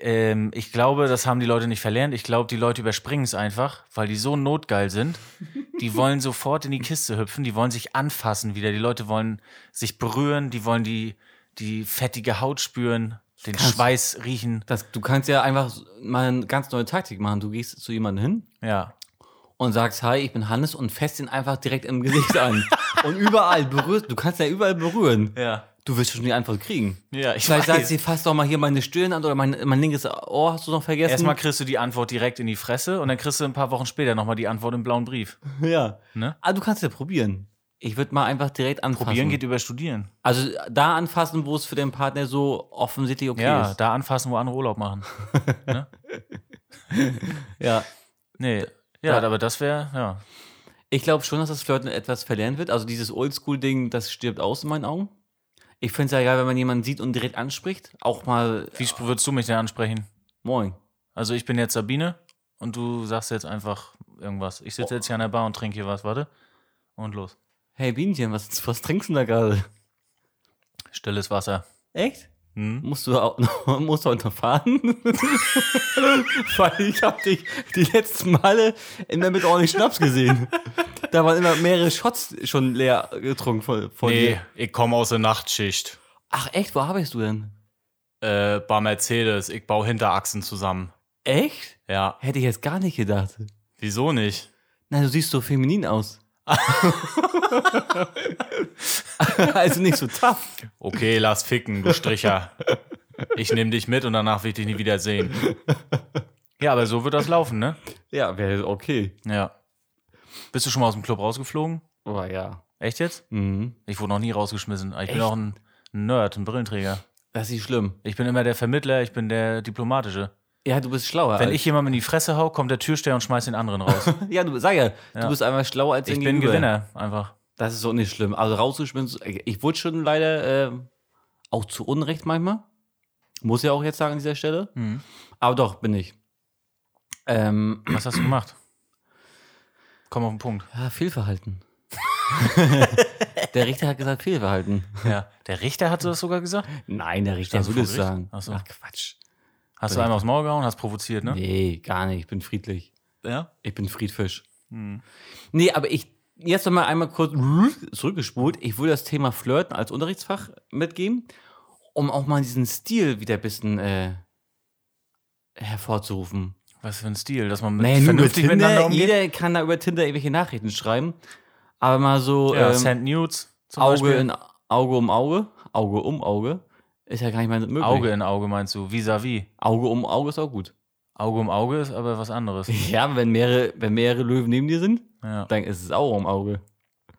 [SPEAKER 1] Ähm, ich glaube, das haben die Leute nicht verlernt. Ich glaube, die Leute überspringen es einfach, weil die so notgeil sind. Die wollen sofort in die Kiste hüpfen, die wollen sich anfassen wieder. Die Leute wollen sich berühren, die wollen die, die fettige Haut spüren, den
[SPEAKER 2] Krass.
[SPEAKER 1] Schweiß riechen.
[SPEAKER 2] Das, du kannst ja einfach so- mal eine ganz neue Taktik machen. Du gehst zu jemandem hin
[SPEAKER 1] Ja.
[SPEAKER 2] und sagst, hi, ich bin Hannes und fest ihn einfach direkt im Gesicht an. und überall berührst, du kannst ja überall berühren.
[SPEAKER 1] Ja.
[SPEAKER 2] Du wirst schon die Antwort kriegen.
[SPEAKER 1] Ja, ich
[SPEAKER 2] Vielleicht
[SPEAKER 1] weiß.
[SPEAKER 2] sagt sie, fass doch mal hier meine Stirn an oder mein, mein linkes Ohr hast du noch vergessen.
[SPEAKER 1] Erstmal kriegst du die Antwort direkt in die Fresse und dann kriegst du ein paar Wochen später nochmal die Antwort im blauen Brief.
[SPEAKER 2] ja.
[SPEAKER 1] Ne?
[SPEAKER 2] Ah, du kannst ja probieren. Ich würde mal einfach direkt anfassen.
[SPEAKER 1] Probieren geht über Studieren.
[SPEAKER 2] also da anfassen, wo es für den Partner so offensichtlich okay
[SPEAKER 1] ja,
[SPEAKER 2] ist.
[SPEAKER 1] da anfassen, wo andere Urlaub machen.
[SPEAKER 2] Ja.
[SPEAKER 1] Nee. Ja,
[SPEAKER 2] Da-
[SPEAKER 1] aber das wäre, ja.
[SPEAKER 2] Ich glaube schon, dass das Flirten etwas verlernt wird. Also dieses Oldschool-Ding, das stirbt aus in meinen Augen. Ich finde es ja geil, wenn man jemanden sieht und direkt anspricht. Auch mal
[SPEAKER 1] Wie sp- würdest du mich denn ansprechen?
[SPEAKER 2] Moin.
[SPEAKER 1] Also ich bin jetzt Sabine und du sagst jetzt einfach irgendwas. Ich sitze jetzt hier an der Bar und trinke hier was, warte. Und los.
[SPEAKER 2] Hey Bienchen, was, was trinkst du denn da gerade?
[SPEAKER 1] Stilles Wasser.
[SPEAKER 2] Echt?
[SPEAKER 1] Hm?
[SPEAKER 2] Musst du auch noch, musst du auch noch fahren? Weil ich habe dich die letzten Male immer mit ordentlich Schnaps gesehen. Da waren immer mehrere Shots schon leer getrunken von, von dir.
[SPEAKER 1] ich komme aus der Nachtschicht.
[SPEAKER 2] Ach echt, wo arbeitest du denn?
[SPEAKER 1] Äh, bei Mercedes, ich baue Hinterachsen zusammen.
[SPEAKER 2] Echt?
[SPEAKER 1] Ja.
[SPEAKER 2] Hätte ich jetzt gar nicht gedacht.
[SPEAKER 1] Wieso nicht?
[SPEAKER 2] Nein, du siehst so feminin aus. also nicht so tough.
[SPEAKER 1] Okay, lass ficken, du Stricher. Ich nehme dich mit und danach will ich dich nie wieder sehen. Ja, aber so wird das laufen, ne?
[SPEAKER 2] Ja, wäre okay.
[SPEAKER 1] Ja. Bist du schon mal aus dem Club rausgeflogen?
[SPEAKER 2] Oh ja.
[SPEAKER 1] Echt jetzt?
[SPEAKER 2] Mhm.
[SPEAKER 1] Ich wurde noch nie rausgeschmissen. Ich
[SPEAKER 2] Echt?
[SPEAKER 1] bin auch ein Nerd, ein Brillenträger.
[SPEAKER 2] Das ist nicht schlimm.
[SPEAKER 1] Ich bin immer der Vermittler, ich bin der Diplomatische.
[SPEAKER 2] Ja, du bist schlauer.
[SPEAKER 1] Wenn
[SPEAKER 2] als-
[SPEAKER 1] ich jemandem in die Fresse hau, kommt der Türsteher und schmeißt den anderen raus.
[SPEAKER 2] ja, du sag ja, du
[SPEAKER 1] Ja.
[SPEAKER 2] bist einfach schlauer als
[SPEAKER 1] ich
[SPEAKER 2] dein
[SPEAKER 1] bin
[SPEAKER 2] Gegenüber.
[SPEAKER 1] Gewinner, einfach.
[SPEAKER 2] Das ist auch nicht schlimm. Also rausgeschmissen, ich wurde schon leider ähm, auch zu Unrecht manchmal. Muss ja auch jetzt sagen an dieser Stelle.
[SPEAKER 1] Mhm.
[SPEAKER 2] Aber doch, bin ich. Ähm,
[SPEAKER 1] Was hast du gemacht? Komm auf den Punkt.
[SPEAKER 2] ja, Fehlverhalten. der Richter hat gesagt, Fehlverhalten.
[SPEAKER 1] Ja. Der Richter hat das sogar gesagt.
[SPEAKER 2] Nein, der Richter
[SPEAKER 1] Stand
[SPEAKER 2] würde es
[SPEAKER 1] vor Also Gericht?
[SPEAKER 2] sagen.
[SPEAKER 1] Ach so.
[SPEAKER 2] Quatsch.
[SPEAKER 1] Hast du einmal aufs Maul gehauen, hast provoziert, ne?
[SPEAKER 2] Nee, gar nicht. Ich bin friedlich.
[SPEAKER 1] Ja.
[SPEAKER 2] Ich bin Friedfisch.
[SPEAKER 1] Hm.
[SPEAKER 2] Nee, aber ich, jetzt noch mal einmal kurz zurückgespult. Ich würde das Thema Flirten als Unterrichtsfach mitgeben, um auch mal diesen Stil wieder ein bisschen äh, hervorzurufen.
[SPEAKER 1] Was für ein Stil, dass man mit
[SPEAKER 2] Naja, nur über
[SPEAKER 1] vernünftig miteinander
[SPEAKER 2] Tinder,
[SPEAKER 1] umgeht.
[SPEAKER 2] jeder kann da über Tinder irgendwelche Nachrichten schreiben. Aber mal so
[SPEAKER 1] ja,
[SPEAKER 2] ähm,
[SPEAKER 1] Send Nudes zum
[SPEAKER 2] Auge,
[SPEAKER 1] Beispiel.
[SPEAKER 2] in, Auge um Auge, Auge um Auge, Ist ja gar nicht mal möglich.
[SPEAKER 1] Auge in Auge meinst du, vis-à-vis.
[SPEAKER 2] Auge um Auge ist auch gut.
[SPEAKER 1] Auge um Auge ist aber was anderes.
[SPEAKER 2] Ja, wenn mehrere, wenn mehrere Löwen neben dir sind,
[SPEAKER 1] Ja.
[SPEAKER 2] dann ist es Auge um Auge.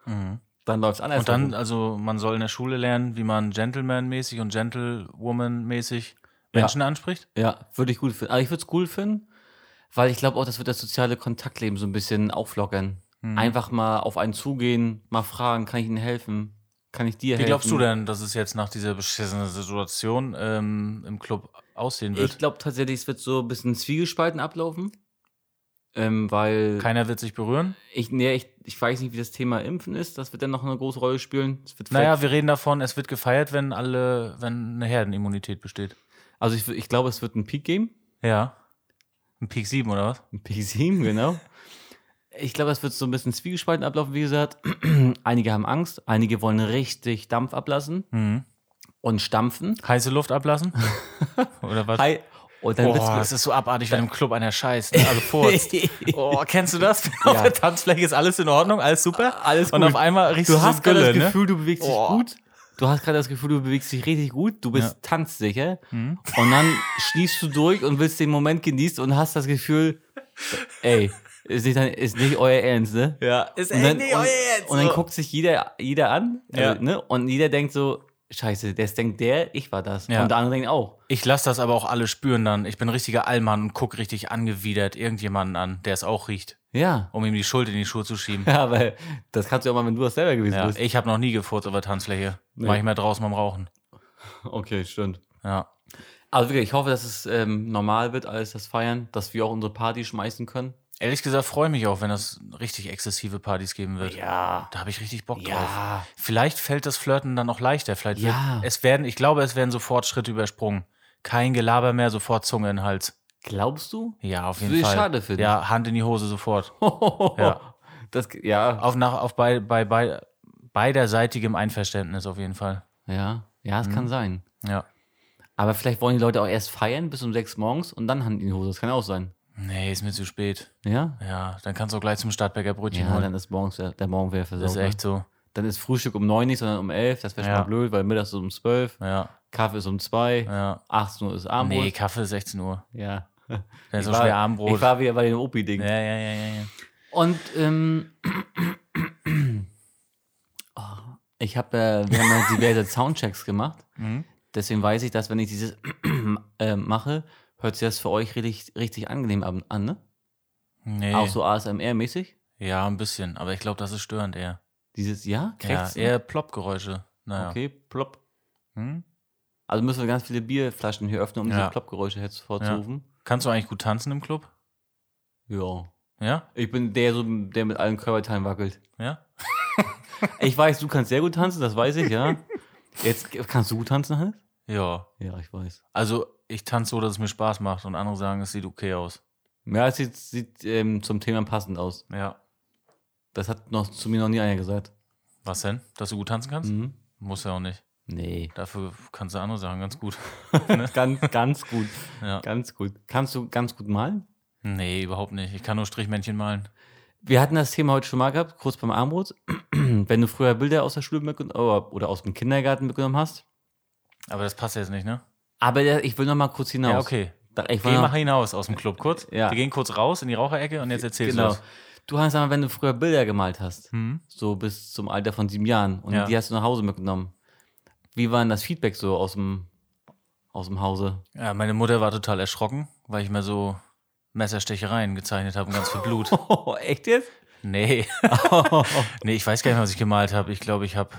[SPEAKER 1] Mhm.
[SPEAKER 2] Dann läuft's anders.
[SPEAKER 1] Und dann,
[SPEAKER 2] herum.
[SPEAKER 1] also man soll in der Schule lernen, wie man Gentleman-mäßig und Gentlewoman-mäßig Menschen anspricht.
[SPEAKER 2] Ja, würde ich gut finden. Aber ich würde es cool finden, weil ich glaube auch, das wird das soziale Kontaktleben so ein bisschen auflockern.
[SPEAKER 1] Mhm.
[SPEAKER 2] Einfach mal auf einen zugehen, mal fragen, kann ich Ihnen helfen? Kann ich dir helfen?
[SPEAKER 1] Wie glaubst du denn, dass es jetzt nach dieser beschissenen Situation ähm, im Club aussehen
[SPEAKER 2] Ich
[SPEAKER 1] wird?
[SPEAKER 2] glaube tatsächlich, es wird so ein bisschen zwiegespalten ablaufen. Ähm, weil
[SPEAKER 1] Keiner wird sich berühren.
[SPEAKER 2] ich, nee, ich, ich weiß nicht, wie das Thema Impfen ist. Das wird dann noch eine große Rolle spielen. Es wird
[SPEAKER 1] Naja, wir reden davon, es wird gefeiert, wenn alle, wenn eine Herdenimmunität besteht.
[SPEAKER 2] vielleicht- also ich, ich glaube, es wird einen Peak geben.
[SPEAKER 1] Ja. Ein Peak 7 oder was?
[SPEAKER 2] Ein Peak 7, genau. Ich glaube, es wird so ein bisschen zwiegespalten ablaufen, wie gesagt. einige haben Angst, einige wollen richtig Dampf ablassen
[SPEAKER 1] Mhm.
[SPEAKER 2] und stampfen.
[SPEAKER 1] Heiße Luft ablassen? oder was?
[SPEAKER 2] Hi. Und dann
[SPEAKER 1] Boah, das
[SPEAKER 2] wird's
[SPEAKER 1] ist so abartig, wenn im Club einer scheißt. ne? Also furzt. Oh, kennst du das? Auf der Tanzfläche ist alles in Ordnung, alles super.
[SPEAKER 2] Ah, Alles
[SPEAKER 1] Und
[SPEAKER 2] gut.
[SPEAKER 1] auf einmal riechst du,
[SPEAKER 2] Du hast
[SPEAKER 1] so
[SPEAKER 2] gerade
[SPEAKER 1] Gülle,
[SPEAKER 2] das
[SPEAKER 1] ne?
[SPEAKER 2] Gefühl, du bewegst
[SPEAKER 1] Oh.
[SPEAKER 2] dich gut. Du hast gerade das Gefühl, du bewegst dich richtig gut. Du bist
[SPEAKER 1] Ja. Mhm.
[SPEAKER 2] tanzsicher. Und dann schniefst du durch und willst den Moment genießen und hast das Gefühl, ey, ist nicht, dein, ist nicht euer Ernst, ne?
[SPEAKER 1] Ja, ist
[SPEAKER 2] Und dann, und, und dann guckt sich jeder, jeder an also,
[SPEAKER 1] Ja.
[SPEAKER 2] ne? und jeder denkt so, scheiße, das denkt der, ich war das.
[SPEAKER 1] Ja.
[SPEAKER 2] Und der andere denkt auch.
[SPEAKER 1] Ich lasse das aber auch alle spüren dann. Ich bin richtiger Allmann und guck richtig angewidert irgendjemanden an, der es auch riecht,
[SPEAKER 2] Ja.
[SPEAKER 1] um ihm die Schuld in die Schuhe zu schieben.
[SPEAKER 2] Ja, weil das kannst du ja auch mal, wenn du das selber gewesen
[SPEAKER 1] Ja,
[SPEAKER 2] bist.
[SPEAKER 1] ich habe noch nie gefurzt auf der Tanzfläche.
[SPEAKER 2] Nee.
[SPEAKER 1] Mach ich mehr draußen beim Rauchen.
[SPEAKER 2] Okay, stimmt.
[SPEAKER 1] Ja.
[SPEAKER 2] Also wirklich, ich hoffe, dass es ähm, normal wird, alles das Feiern, dass wir auch unsere Party schmeißen können.
[SPEAKER 1] Ehrlich gesagt freue ich mich auch, wenn es richtig exzessive Partys geben wird.
[SPEAKER 2] Ja.
[SPEAKER 1] Da habe ich richtig Bock drauf.
[SPEAKER 2] Ja.
[SPEAKER 1] Vielleicht fällt das Flirten dann auch leichter. Vielleicht
[SPEAKER 2] Ja.
[SPEAKER 1] wird, es werden, ich glaube, es werden sofort Schritte übersprungen. Kein Gelaber mehr, sofort Zunge in den Hals.
[SPEAKER 2] Glaubst du?
[SPEAKER 1] Ja, auf
[SPEAKER 2] Das
[SPEAKER 1] jeden
[SPEAKER 2] würde ich
[SPEAKER 1] Fall.
[SPEAKER 2] schade finden.
[SPEAKER 1] Ja, Hand in die Hose sofort. Ja.
[SPEAKER 2] Das, ja.
[SPEAKER 1] Auf, nach, auf bei, bei, bei beiderseitigem Einverständnis auf jeden Fall.
[SPEAKER 2] Ja. Ja, es
[SPEAKER 1] Mhm.
[SPEAKER 2] kann sein.
[SPEAKER 1] Ja.
[SPEAKER 2] Aber vielleicht wollen die Leute auch erst feiern bis um sechs morgens und dann Hand in die Hose. Das kann auch sein.
[SPEAKER 1] Nee, ist mir zu spät.
[SPEAKER 2] Ja?
[SPEAKER 1] Ja, dann kannst du auch gleich zum Stadtberger Brötchen
[SPEAKER 2] Ja,
[SPEAKER 1] holen.
[SPEAKER 2] dann ne? ist morgens der, der Morgen wäre versorgt.
[SPEAKER 1] Das ist echt so.
[SPEAKER 2] Dann ist Frühstück um neun nicht, sondern um elf. Das wäre schon
[SPEAKER 1] Ja.
[SPEAKER 2] mal blöd, weil mittags ist um zwölf,
[SPEAKER 1] Ja,
[SPEAKER 2] Kaffee ist um zwei,
[SPEAKER 1] ja.
[SPEAKER 2] 18 Uhr ist
[SPEAKER 1] Nee,
[SPEAKER 2] Abendbrot.
[SPEAKER 1] Kaffee ist 16 Uhr.
[SPEAKER 2] Ja.
[SPEAKER 1] Dann ist
[SPEAKER 2] Ich
[SPEAKER 1] auch
[SPEAKER 2] war-
[SPEAKER 1] schwer Abendbrot.
[SPEAKER 2] Ich war wieder bei den Opi-Dingen.
[SPEAKER 1] ja, ja, ja, ja, ja.
[SPEAKER 2] Und ähm, oh, ich habe äh, wir haben ja diverse Soundchecks gemacht.
[SPEAKER 1] Mhm.
[SPEAKER 2] Deswegen weiß ich, dass wenn ich dieses äh, mache, hört sich das für euch richtig, richtig angenehm an, an ne?
[SPEAKER 1] Nee.
[SPEAKER 2] Auch so ASMR-mäßig.
[SPEAKER 1] Ja, ein bisschen. Aber ich glaube, das ist störend eher.
[SPEAKER 2] Dieses Ja,
[SPEAKER 1] Ja,
[SPEAKER 2] Krächzen?
[SPEAKER 1] eher Plopp-Geräusche. Naja.
[SPEAKER 2] Okay, plopp.
[SPEAKER 1] Hm?
[SPEAKER 2] Also müssen wir ganz viele Bierflaschen hier öffnen, um
[SPEAKER 1] Ja.
[SPEAKER 2] diese Plopp-Geräusche hervorzurufen.
[SPEAKER 1] Kannst du eigentlich gut tanzen im Club?
[SPEAKER 2] Ja.
[SPEAKER 1] Ja?
[SPEAKER 2] Ich bin der, so, der mit allen Körperteilen wackelt.
[SPEAKER 1] Ja?
[SPEAKER 2] Ich weiß, du kannst sehr gut tanzen, das weiß ich, ja. Jetzt kannst du gut tanzen, Hannes?
[SPEAKER 1] Ja.
[SPEAKER 2] Ja, ich weiß.
[SPEAKER 1] Also, ich tanze so, dass es mir Spaß macht und andere sagen, es sieht okay aus.
[SPEAKER 2] Ja, es sieht, sieht ähm, zum Thema passend aus.
[SPEAKER 1] Ja.
[SPEAKER 2] Das hat noch zu mir noch nie einer gesagt.
[SPEAKER 1] Was denn? Dass du gut tanzen kannst?
[SPEAKER 2] Mhm.
[SPEAKER 1] Muss ja auch nicht.
[SPEAKER 2] Nee.
[SPEAKER 1] Dafür kannst du andere Sachen ganz gut. Ne?
[SPEAKER 2] ganz, ganz gut.
[SPEAKER 1] Ja.
[SPEAKER 2] Ganz gut. Kannst du ganz gut malen?
[SPEAKER 1] Nee, überhaupt nicht. Ich kann nur Strichmännchen malen.
[SPEAKER 2] Wir hatten das Thema heute schon mal gehabt, kurz beim Armbrot. Wenn du früher Bilder aus der Schule mitgenommen oh, oder aus dem Kindergarten mitgenommen hast.
[SPEAKER 1] Aber das passt jetzt nicht, ne?
[SPEAKER 2] Aber der- ich will noch mal kurz hinaus.
[SPEAKER 1] Ja, okay.
[SPEAKER 2] Da- Genau. Ich will
[SPEAKER 1] Geh
[SPEAKER 2] noch-
[SPEAKER 1] mal hinaus aus dem Club kurz.
[SPEAKER 2] Ja.
[SPEAKER 1] Wir gehen kurz raus in die Raucherecke und jetzt erzählst
[SPEAKER 2] genau.
[SPEAKER 1] du es.
[SPEAKER 2] Du hast einmal, wenn du früher Bilder gemalt hast,
[SPEAKER 1] Hm?
[SPEAKER 2] so bis zum Alter von sieben Jahren, und
[SPEAKER 1] Ja.
[SPEAKER 2] die hast du nach Hause mitgenommen. Wie war denn das Feedback so aus dem, aus dem Hause?
[SPEAKER 1] Ja, meine Mutter war total erschrocken, weil ich mir so Messerstechereien gezeichnet habe und ganz viel Blut.
[SPEAKER 2] Oh, echt jetzt?
[SPEAKER 1] Nee. nee, ich weiß gar nicht, was ich gemalt habe. Ich glaube, ich habe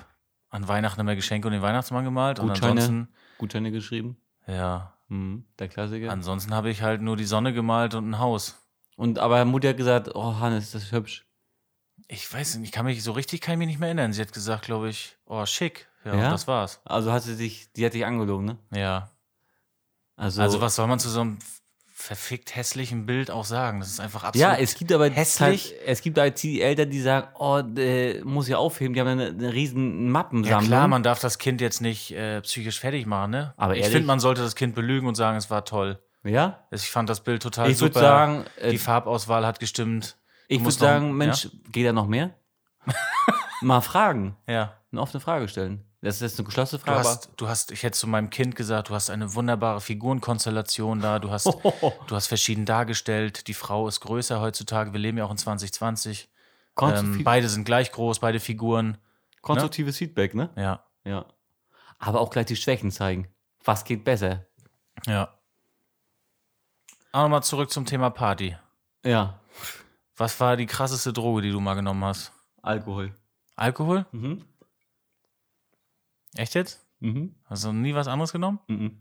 [SPEAKER 1] an Weihnachten immer Geschenke und den Weihnachtsmann gemalt. Und
[SPEAKER 2] Gutscheine.
[SPEAKER 1] ansonsten,
[SPEAKER 2] Gutscheine geschrieben.
[SPEAKER 1] ja,
[SPEAKER 2] Mhm, der Klassiker.
[SPEAKER 1] ansonsten habe ich halt nur die Sonne gemalt und ein Haus.
[SPEAKER 2] Und aber Mutti hat gesagt, oh Hannes, das ist hübsch.
[SPEAKER 1] Ich weiß nicht, ich kann mich so richtig kann ich mich nicht mehr erinnern. Sie hat gesagt, glaube ich, oh, schick. Ja,
[SPEAKER 2] Ja?
[SPEAKER 1] das war's.
[SPEAKER 2] Also hat sie dich, die hat dich angelogen, ne?
[SPEAKER 1] Ja.
[SPEAKER 2] Also,
[SPEAKER 1] Also, was soll man zu so einem verfickt hässlichen Bild auch sagen? Das ist einfach absolut.
[SPEAKER 2] Ja, es gibt aber
[SPEAKER 1] hässlich.
[SPEAKER 2] Teil- es gibt halt die Eltern, die sagen, oh, äh, muss ich aufheben, die haben eine, eine riesen
[SPEAKER 1] ja,
[SPEAKER 2] Mappensammlung.
[SPEAKER 1] klar, man darf das Kind jetzt nicht äh, psychisch fertig machen, ne?
[SPEAKER 2] Aber
[SPEAKER 1] ich
[SPEAKER 2] ehrlich?
[SPEAKER 1] finde, man sollte das Kind belügen und sagen, es war toll.
[SPEAKER 2] Ja?
[SPEAKER 1] Ich fand das Bild total
[SPEAKER 2] ich
[SPEAKER 1] super.
[SPEAKER 2] würde sagen, äh,
[SPEAKER 1] die Farbauswahl hat gestimmt.
[SPEAKER 2] ich würde
[SPEAKER 1] musst noch-
[SPEAKER 2] sagen, Mensch, geht da noch mehr? Mal fragen,
[SPEAKER 1] Ja.
[SPEAKER 2] eine offene Frage stellen. Das ist jetzt eine geschlossene
[SPEAKER 1] Du
[SPEAKER 2] Frage.
[SPEAKER 1] hast, du hast, ich hätte zu meinem Kind gesagt, du hast eine wunderbare Figurenkonstellation da, du hast,
[SPEAKER 2] Oh.
[SPEAKER 1] du hast verschieden dargestellt, die Frau ist größer heutzutage, wir leben ja auch in 2020.
[SPEAKER 2] aber
[SPEAKER 1] Ähm,
[SPEAKER 2] konstruktiv-
[SPEAKER 1] beide sind gleich groß, beide Figuren.
[SPEAKER 2] konstruktives Feedback, ne?
[SPEAKER 1] Ja,
[SPEAKER 2] Ja. Aber auch gleich die Schwächen zeigen. Was geht besser?
[SPEAKER 1] ja. Aber nochmal zurück zum Thema Party.
[SPEAKER 2] Ja,
[SPEAKER 1] Was war die krasseste Droge, die du mal genommen hast?
[SPEAKER 2] Alkohol.
[SPEAKER 1] Alkohol?
[SPEAKER 2] Mhm.
[SPEAKER 1] Echt jetzt?
[SPEAKER 2] Mhm.
[SPEAKER 1] Hast du noch nie was anderes genommen?
[SPEAKER 2] Mhm.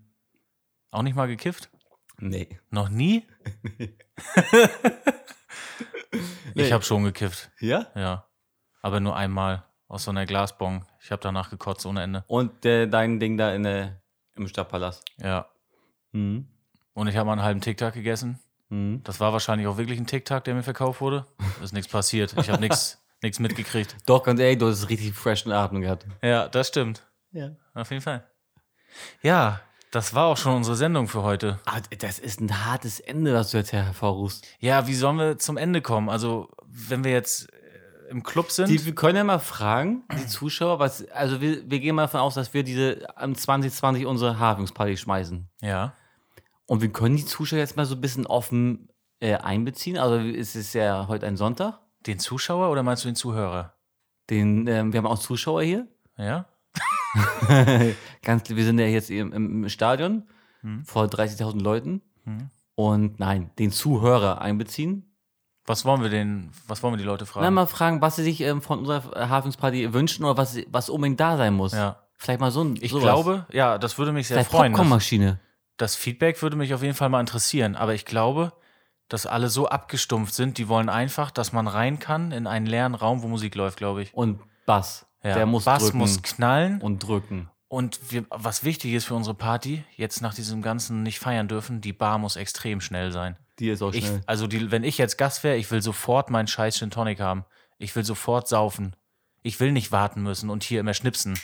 [SPEAKER 1] Auch nicht mal gekifft?
[SPEAKER 2] Nee.
[SPEAKER 1] Noch nie?
[SPEAKER 2] Nee.
[SPEAKER 1] Ich habe schon gekifft,
[SPEAKER 2] Ja?
[SPEAKER 1] ja. Aber nur einmal aus so einer Glasbong. Ich habe danach gekotzt ohne Ende.
[SPEAKER 2] Und äh, dein Ding da in, der- im Stadtpalast.
[SPEAKER 1] Ja.
[SPEAKER 2] Mhm.
[SPEAKER 1] Und ich habe mal einen halben Tic-Tac gegessen.
[SPEAKER 2] Mhm.
[SPEAKER 1] Das war wahrscheinlich auch wirklich ein Tic-Tac, der mir verkauft wurde. Ist nichts passiert. Ich habe nichts nichts mitgekriegt.
[SPEAKER 2] Doch, ganz ehrlich, du hast richtig freshen Atem gehabt.
[SPEAKER 1] Ja, das stimmt.
[SPEAKER 2] Ja.
[SPEAKER 1] Auf jeden Fall. Ja, das war auch schon unsere Sendung für heute.
[SPEAKER 2] Aber Ah, das ist ein hartes Ende, was du jetzt hervorrufst.
[SPEAKER 1] Ja, wie sollen wir zum Ende kommen? Also, wenn wir jetzt äh, im Club sind.
[SPEAKER 2] Die, wir können ja mal fragen, die Zuschauer, was, also wir, wir gehen mal davon aus, dass wir diese am 2020 unsere Hafungsparty schmeißen.
[SPEAKER 1] ja.
[SPEAKER 2] Und wir können die Zuschauer jetzt mal so ein bisschen offen äh, einbeziehen. Also es ist ja heute ein Sonntag.
[SPEAKER 1] Den Zuschauer oder meinst du den Zuhörer?
[SPEAKER 2] Den, ähm, wir haben auch Zuschauer hier.
[SPEAKER 1] Ja?
[SPEAKER 2] Ganz, wir sind ja jetzt im, im Stadion vor 30.000 Leuten.
[SPEAKER 1] Hm.
[SPEAKER 2] Und nein, den Zuhörer einbeziehen.
[SPEAKER 1] Was wollen wir den, was wollen wir die Leute fragen?
[SPEAKER 2] Dann mal fragen, was sie sich ähm, von unserer Hafensparty wünschen oder was, was unbedingt da sein muss.
[SPEAKER 1] Ja.
[SPEAKER 2] Vielleicht mal so ein
[SPEAKER 1] Ich
[SPEAKER 2] sowas.
[SPEAKER 1] glaube, ja, das würde mich sehr
[SPEAKER 2] Vielleicht
[SPEAKER 1] freuen. Das,
[SPEAKER 2] Popcornmaschine.
[SPEAKER 1] das Feedback würde mich auf jeden Fall mal interessieren. Aber ich glaube, dass alle so abgestumpft sind, die wollen einfach, dass man rein kann in einen leeren Raum, wo Musik läuft, glaube ich.
[SPEAKER 2] Und Bass.
[SPEAKER 1] Ja.
[SPEAKER 2] Der muss
[SPEAKER 1] Bass
[SPEAKER 2] drücken
[SPEAKER 1] muss knallen.
[SPEAKER 2] und drücken.
[SPEAKER 1] Und wir, was wichtig ist für unsere Party, jetzt nach diesem ganzen nicht feiern dürfen, die Bar muss extrem schnell sein.
[SPEAKER 2] Die ist auch
[SPEAKER 1] Ich,
[SPEAKER 2] schnell.
[SPEAKER 1] also die, wenn ich jetzt Gast wäre, ich will sofort meinen scheiß Gin Tonic haben. Ich will sofort saufen. Ich will nicht warten müssen und hier immer schnipsen.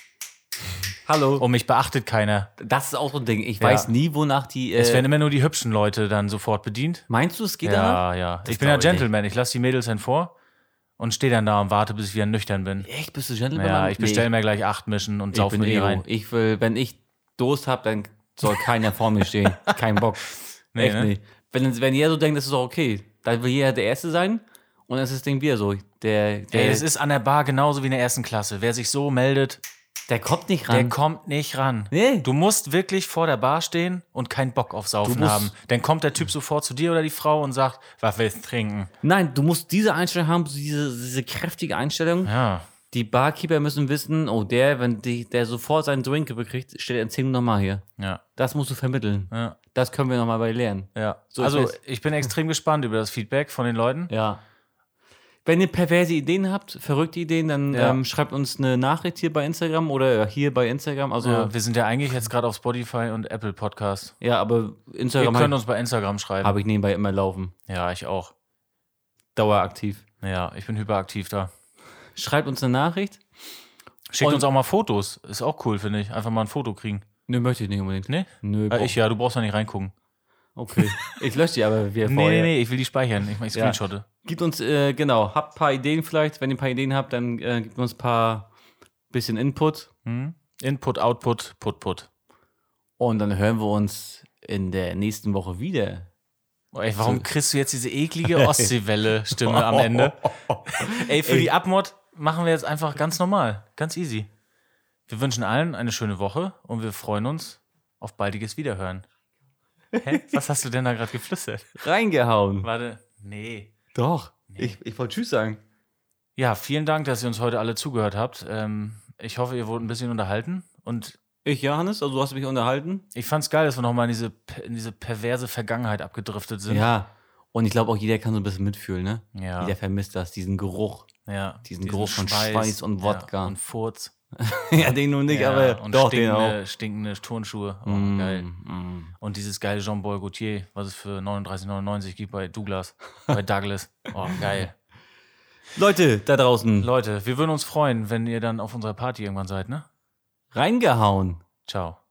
[SPEAKER 2] Hallo.
[SPEAKER 1] Und mich beachtet keiner.
[SPEAKER 2] das ist auch so ein Ding. Ich
[SPEAKER 1] Ja.
[SPEAKER 2] weiß nie, wonach die. Äh,
[SPEAKER 1] Es werden immer nur die hübschen Leute dann sofort bedient.
[SPEAKER 2] meinst du, es geht danach?
[SPEAKER 1] Ja, ja. Ich bin ja
[SPEAKER 2] glaub ich nicht.
[SPEAKER 1] Gentleman. Ich lasse die Mädels dann vor und stehe dann da und warte, bis ich wieder nüchtern bin.
[SPEAKER 2] Echt? Bist du Gentleman?
[SPEAKER 1] Ja, ich bestelle
[SPEAKER 2] nee,
[SPEAKER 1] mir gleich acht Mischen und
[SPEAKER 2] ich
[SPEAKER 1] saufe
[SPEAKER 2] bin
[SPEAKER 1] mir die
[SPEAKER 2] Ego.
[SPEAKER 1] rein.
[SPEAKER 2] Ich will, wenn ich Durst habe, dann soll keiner vor mir stehen. Kein Bock.
[SPEAKER 1] Nee,
[SPEAKER 2] Echt
[SPEAKER 1] ne?
[SPEAKER 2] nicht. Wenn, wenn jeder so denkt, das ist auch okay. Dann will jeder der Erste sein und dann ist das Ding wieder so. Der, der,
[SPEAKER 1] Ey, das ist an der Bar genauso wie in der ersten Klasse. Wer sich so meldet,
[SPEAKER 2] der kommt nicht
[SPEAKER 1] der
[SPEAKER 2] ran.
[SPEAKER 1] kommt nicht ran.
[SPEAKER 2] Nee.
[SPEAKER 1] Du musst wirklich vor der Bar stehen und keinen Bock auf
[SPEAKER 2] Du
[SPEAKER 1] Saufen
[SPEAKER 2] musst-
[SPEAKER 1] haben. Dann kommt der Typ sofort zu dir oder die Frau und sagt, was willst du trinken?
[SPEAKER 2] Nein, du musst diese Einstellung haben, diese, diese kräftige Einstellung.
[SPEAKER 1] Ja,
[SPEAKER 2] Die Barkeeper müssen wissen, oh, der, wenn die, der sofort seinen Drink bekriegt, steht er in 10 Minuten nochmal hier.
[SPEAKER 1] ja,
[SPEAKER 2] Das musst du vermitteln.
[SPEAKER 1] ja.
[SPEAKER 2] Das können wir nochmal bei dir lernen.
[SPEAKER 1] ja.
[SPEAKER 2] So
[SPEAKER 1] also,
[SPEAKER 2] ist es.
[SPEAKER 1] ich bin extrem gespannt über das Feedback von den Leuten.
[SPEAKER 2] Ja. Wenn ihr perverse Ideen habt, verrückte Ideen, dann
[SPEAKER 1] Ja.
[SPEAKER 2] ähm, schreibt uns eine Nachricht hier bei Instagram oder äh, hier bei Instagram. Also, ja,
[SPEAKER 1] Ja, wir sind ja eigentlich jetzt gerade auf Spotify und Apple Podcast.
[SPEAKER 2] aber
[SPEAKER 1] Ihr
[SPEAKER 2] Instagram
[SPEAKER 1] könnt
[SPEAKER 2] habe
[SPEAKER 1] uns bei Instagram schreiben.
[SPEAKER 2] hab ich nebenbei immer laufen.
[SPEAKER 1] Ja, ich auch.
[SPEAKER 2] Daueraktiv.
[SPEAKER 1] Ja, ich bin hyperaktiv da.
[SPEAKER 2] Schreibt uns eine Nachricht.
[SPEAKER 1] Schickt
[SPEAKER 2] Und-
[SPEAKER 1] uns auch mal Fotos. Ist auch cool, finde ich. Einfach mal ein Foto kriegen.
[SPEAKER 2] Nö, möchte ich nicht unbedingt.
[SPEAKER 1] Nee?
[SPEAKER 2] Nö,
[SPEAKER 1] Äh,
[SPEAKER 2] boah.
[SPEAKER 1] ich ja, du brauchst ja nicht reingucken.
[SPEAKER 2] Okay. ich lösche die aber wieder
[SPEAKER 1] Nee,
[SPEAKER 2] vorher.
[SPEAKER 1] nee, nee, ich will die speichern. Ich mache
[SPEAKER 2] Ja.
[SPEAKER 1] Screenshotte.
[SPEAKER 2] Gibt uns, äh, genau, habt ein paar Ideen vielleicht. Wenn ihr ein paar Ideen habt, dann äh, gebt uns ein paar bisschen Input.
[SPEAKER 1] Hm? Input, Output, Put, Put.
[SPEAKER 2] Und dann hören wir uns in der nächsten Woche wieder.
[SPEAKER 1] Oh, Ey, warum kriegst du jetzt diese eklige Ostseewelle-Stimme am Ende?
[SPEAKER 2] Oh,
[SPEAKER 1] Ey, für die Abmod machen wir jetzt einfach ganz normal. Ganz easy. Wir wünschen allen eine schöne Woche und wir freuen uns auf baldiges Wiederhören. Hä? Was hast du denn da gerade geflüstert?
[SPEAKER 2] oh. Reingehauen.
[SPEAKER 1] Warte. Nee.
[SPEAKER 2] Doch. Ich, ich wollte Tschüss sagen.
[SPEAKER 1] Ja, vielen Dank, dass ihr uns heute alle zugehört habt. Ähm, ich hoffe, ihr wurdet ein bisschen unterhalten. Und
[SPEAKER 2] Ich, Johannes, also du hast mich unterhalten.
[SPEAKER 1] ich fand's geil, dass wir nochmal in diese, per- in diese perverse Vergangenheit abgedriftet sind.
[SPEAKER 2] Ja. Und ich glaube auch jeder kann so ein bisschen mitfühlen, ne?
[SPEAKER 1] Ja.
[SPEAKER 2] Jeder vermisst das, diesen Geruch.
[SPEAKER 1] ja.
[SPEAKER 2] Diesen Geruch von Schweiß und Wodka.
[SPEAKER 1] Ja, und Furz.
[SPEAKER 2] ja, den nur nicht,
[SPEAKER 1] Ja,
[SPEAKER 2] aber
[SPEAKER 1] und
[SPEAKER 2] doch, den
[SPEAKER 1] stinkende,
[SPEAKER 2] auch.
[SPEAKER 1] stinkende Turnschuhe. Oh,
[SPEAKER 2] Mm,
[SPEAKER 1] geil.
[SPEAKER 2] mm.
[SPEAKER 1] Und dieses geile Jean-Paul Gaultier, was es für 39,99 gibt bei Douglas, bei Douglas. Oh, geil.
[SPEAKER 2] Leute da draußen,
[SPEAKER 1] Leute, wir würden uns freuen, wenn ihr dann auf unserer Party irgendwann seid, ne?
[SPEAKER 2] reingehauen.
[SPEAKER 1] Ciao.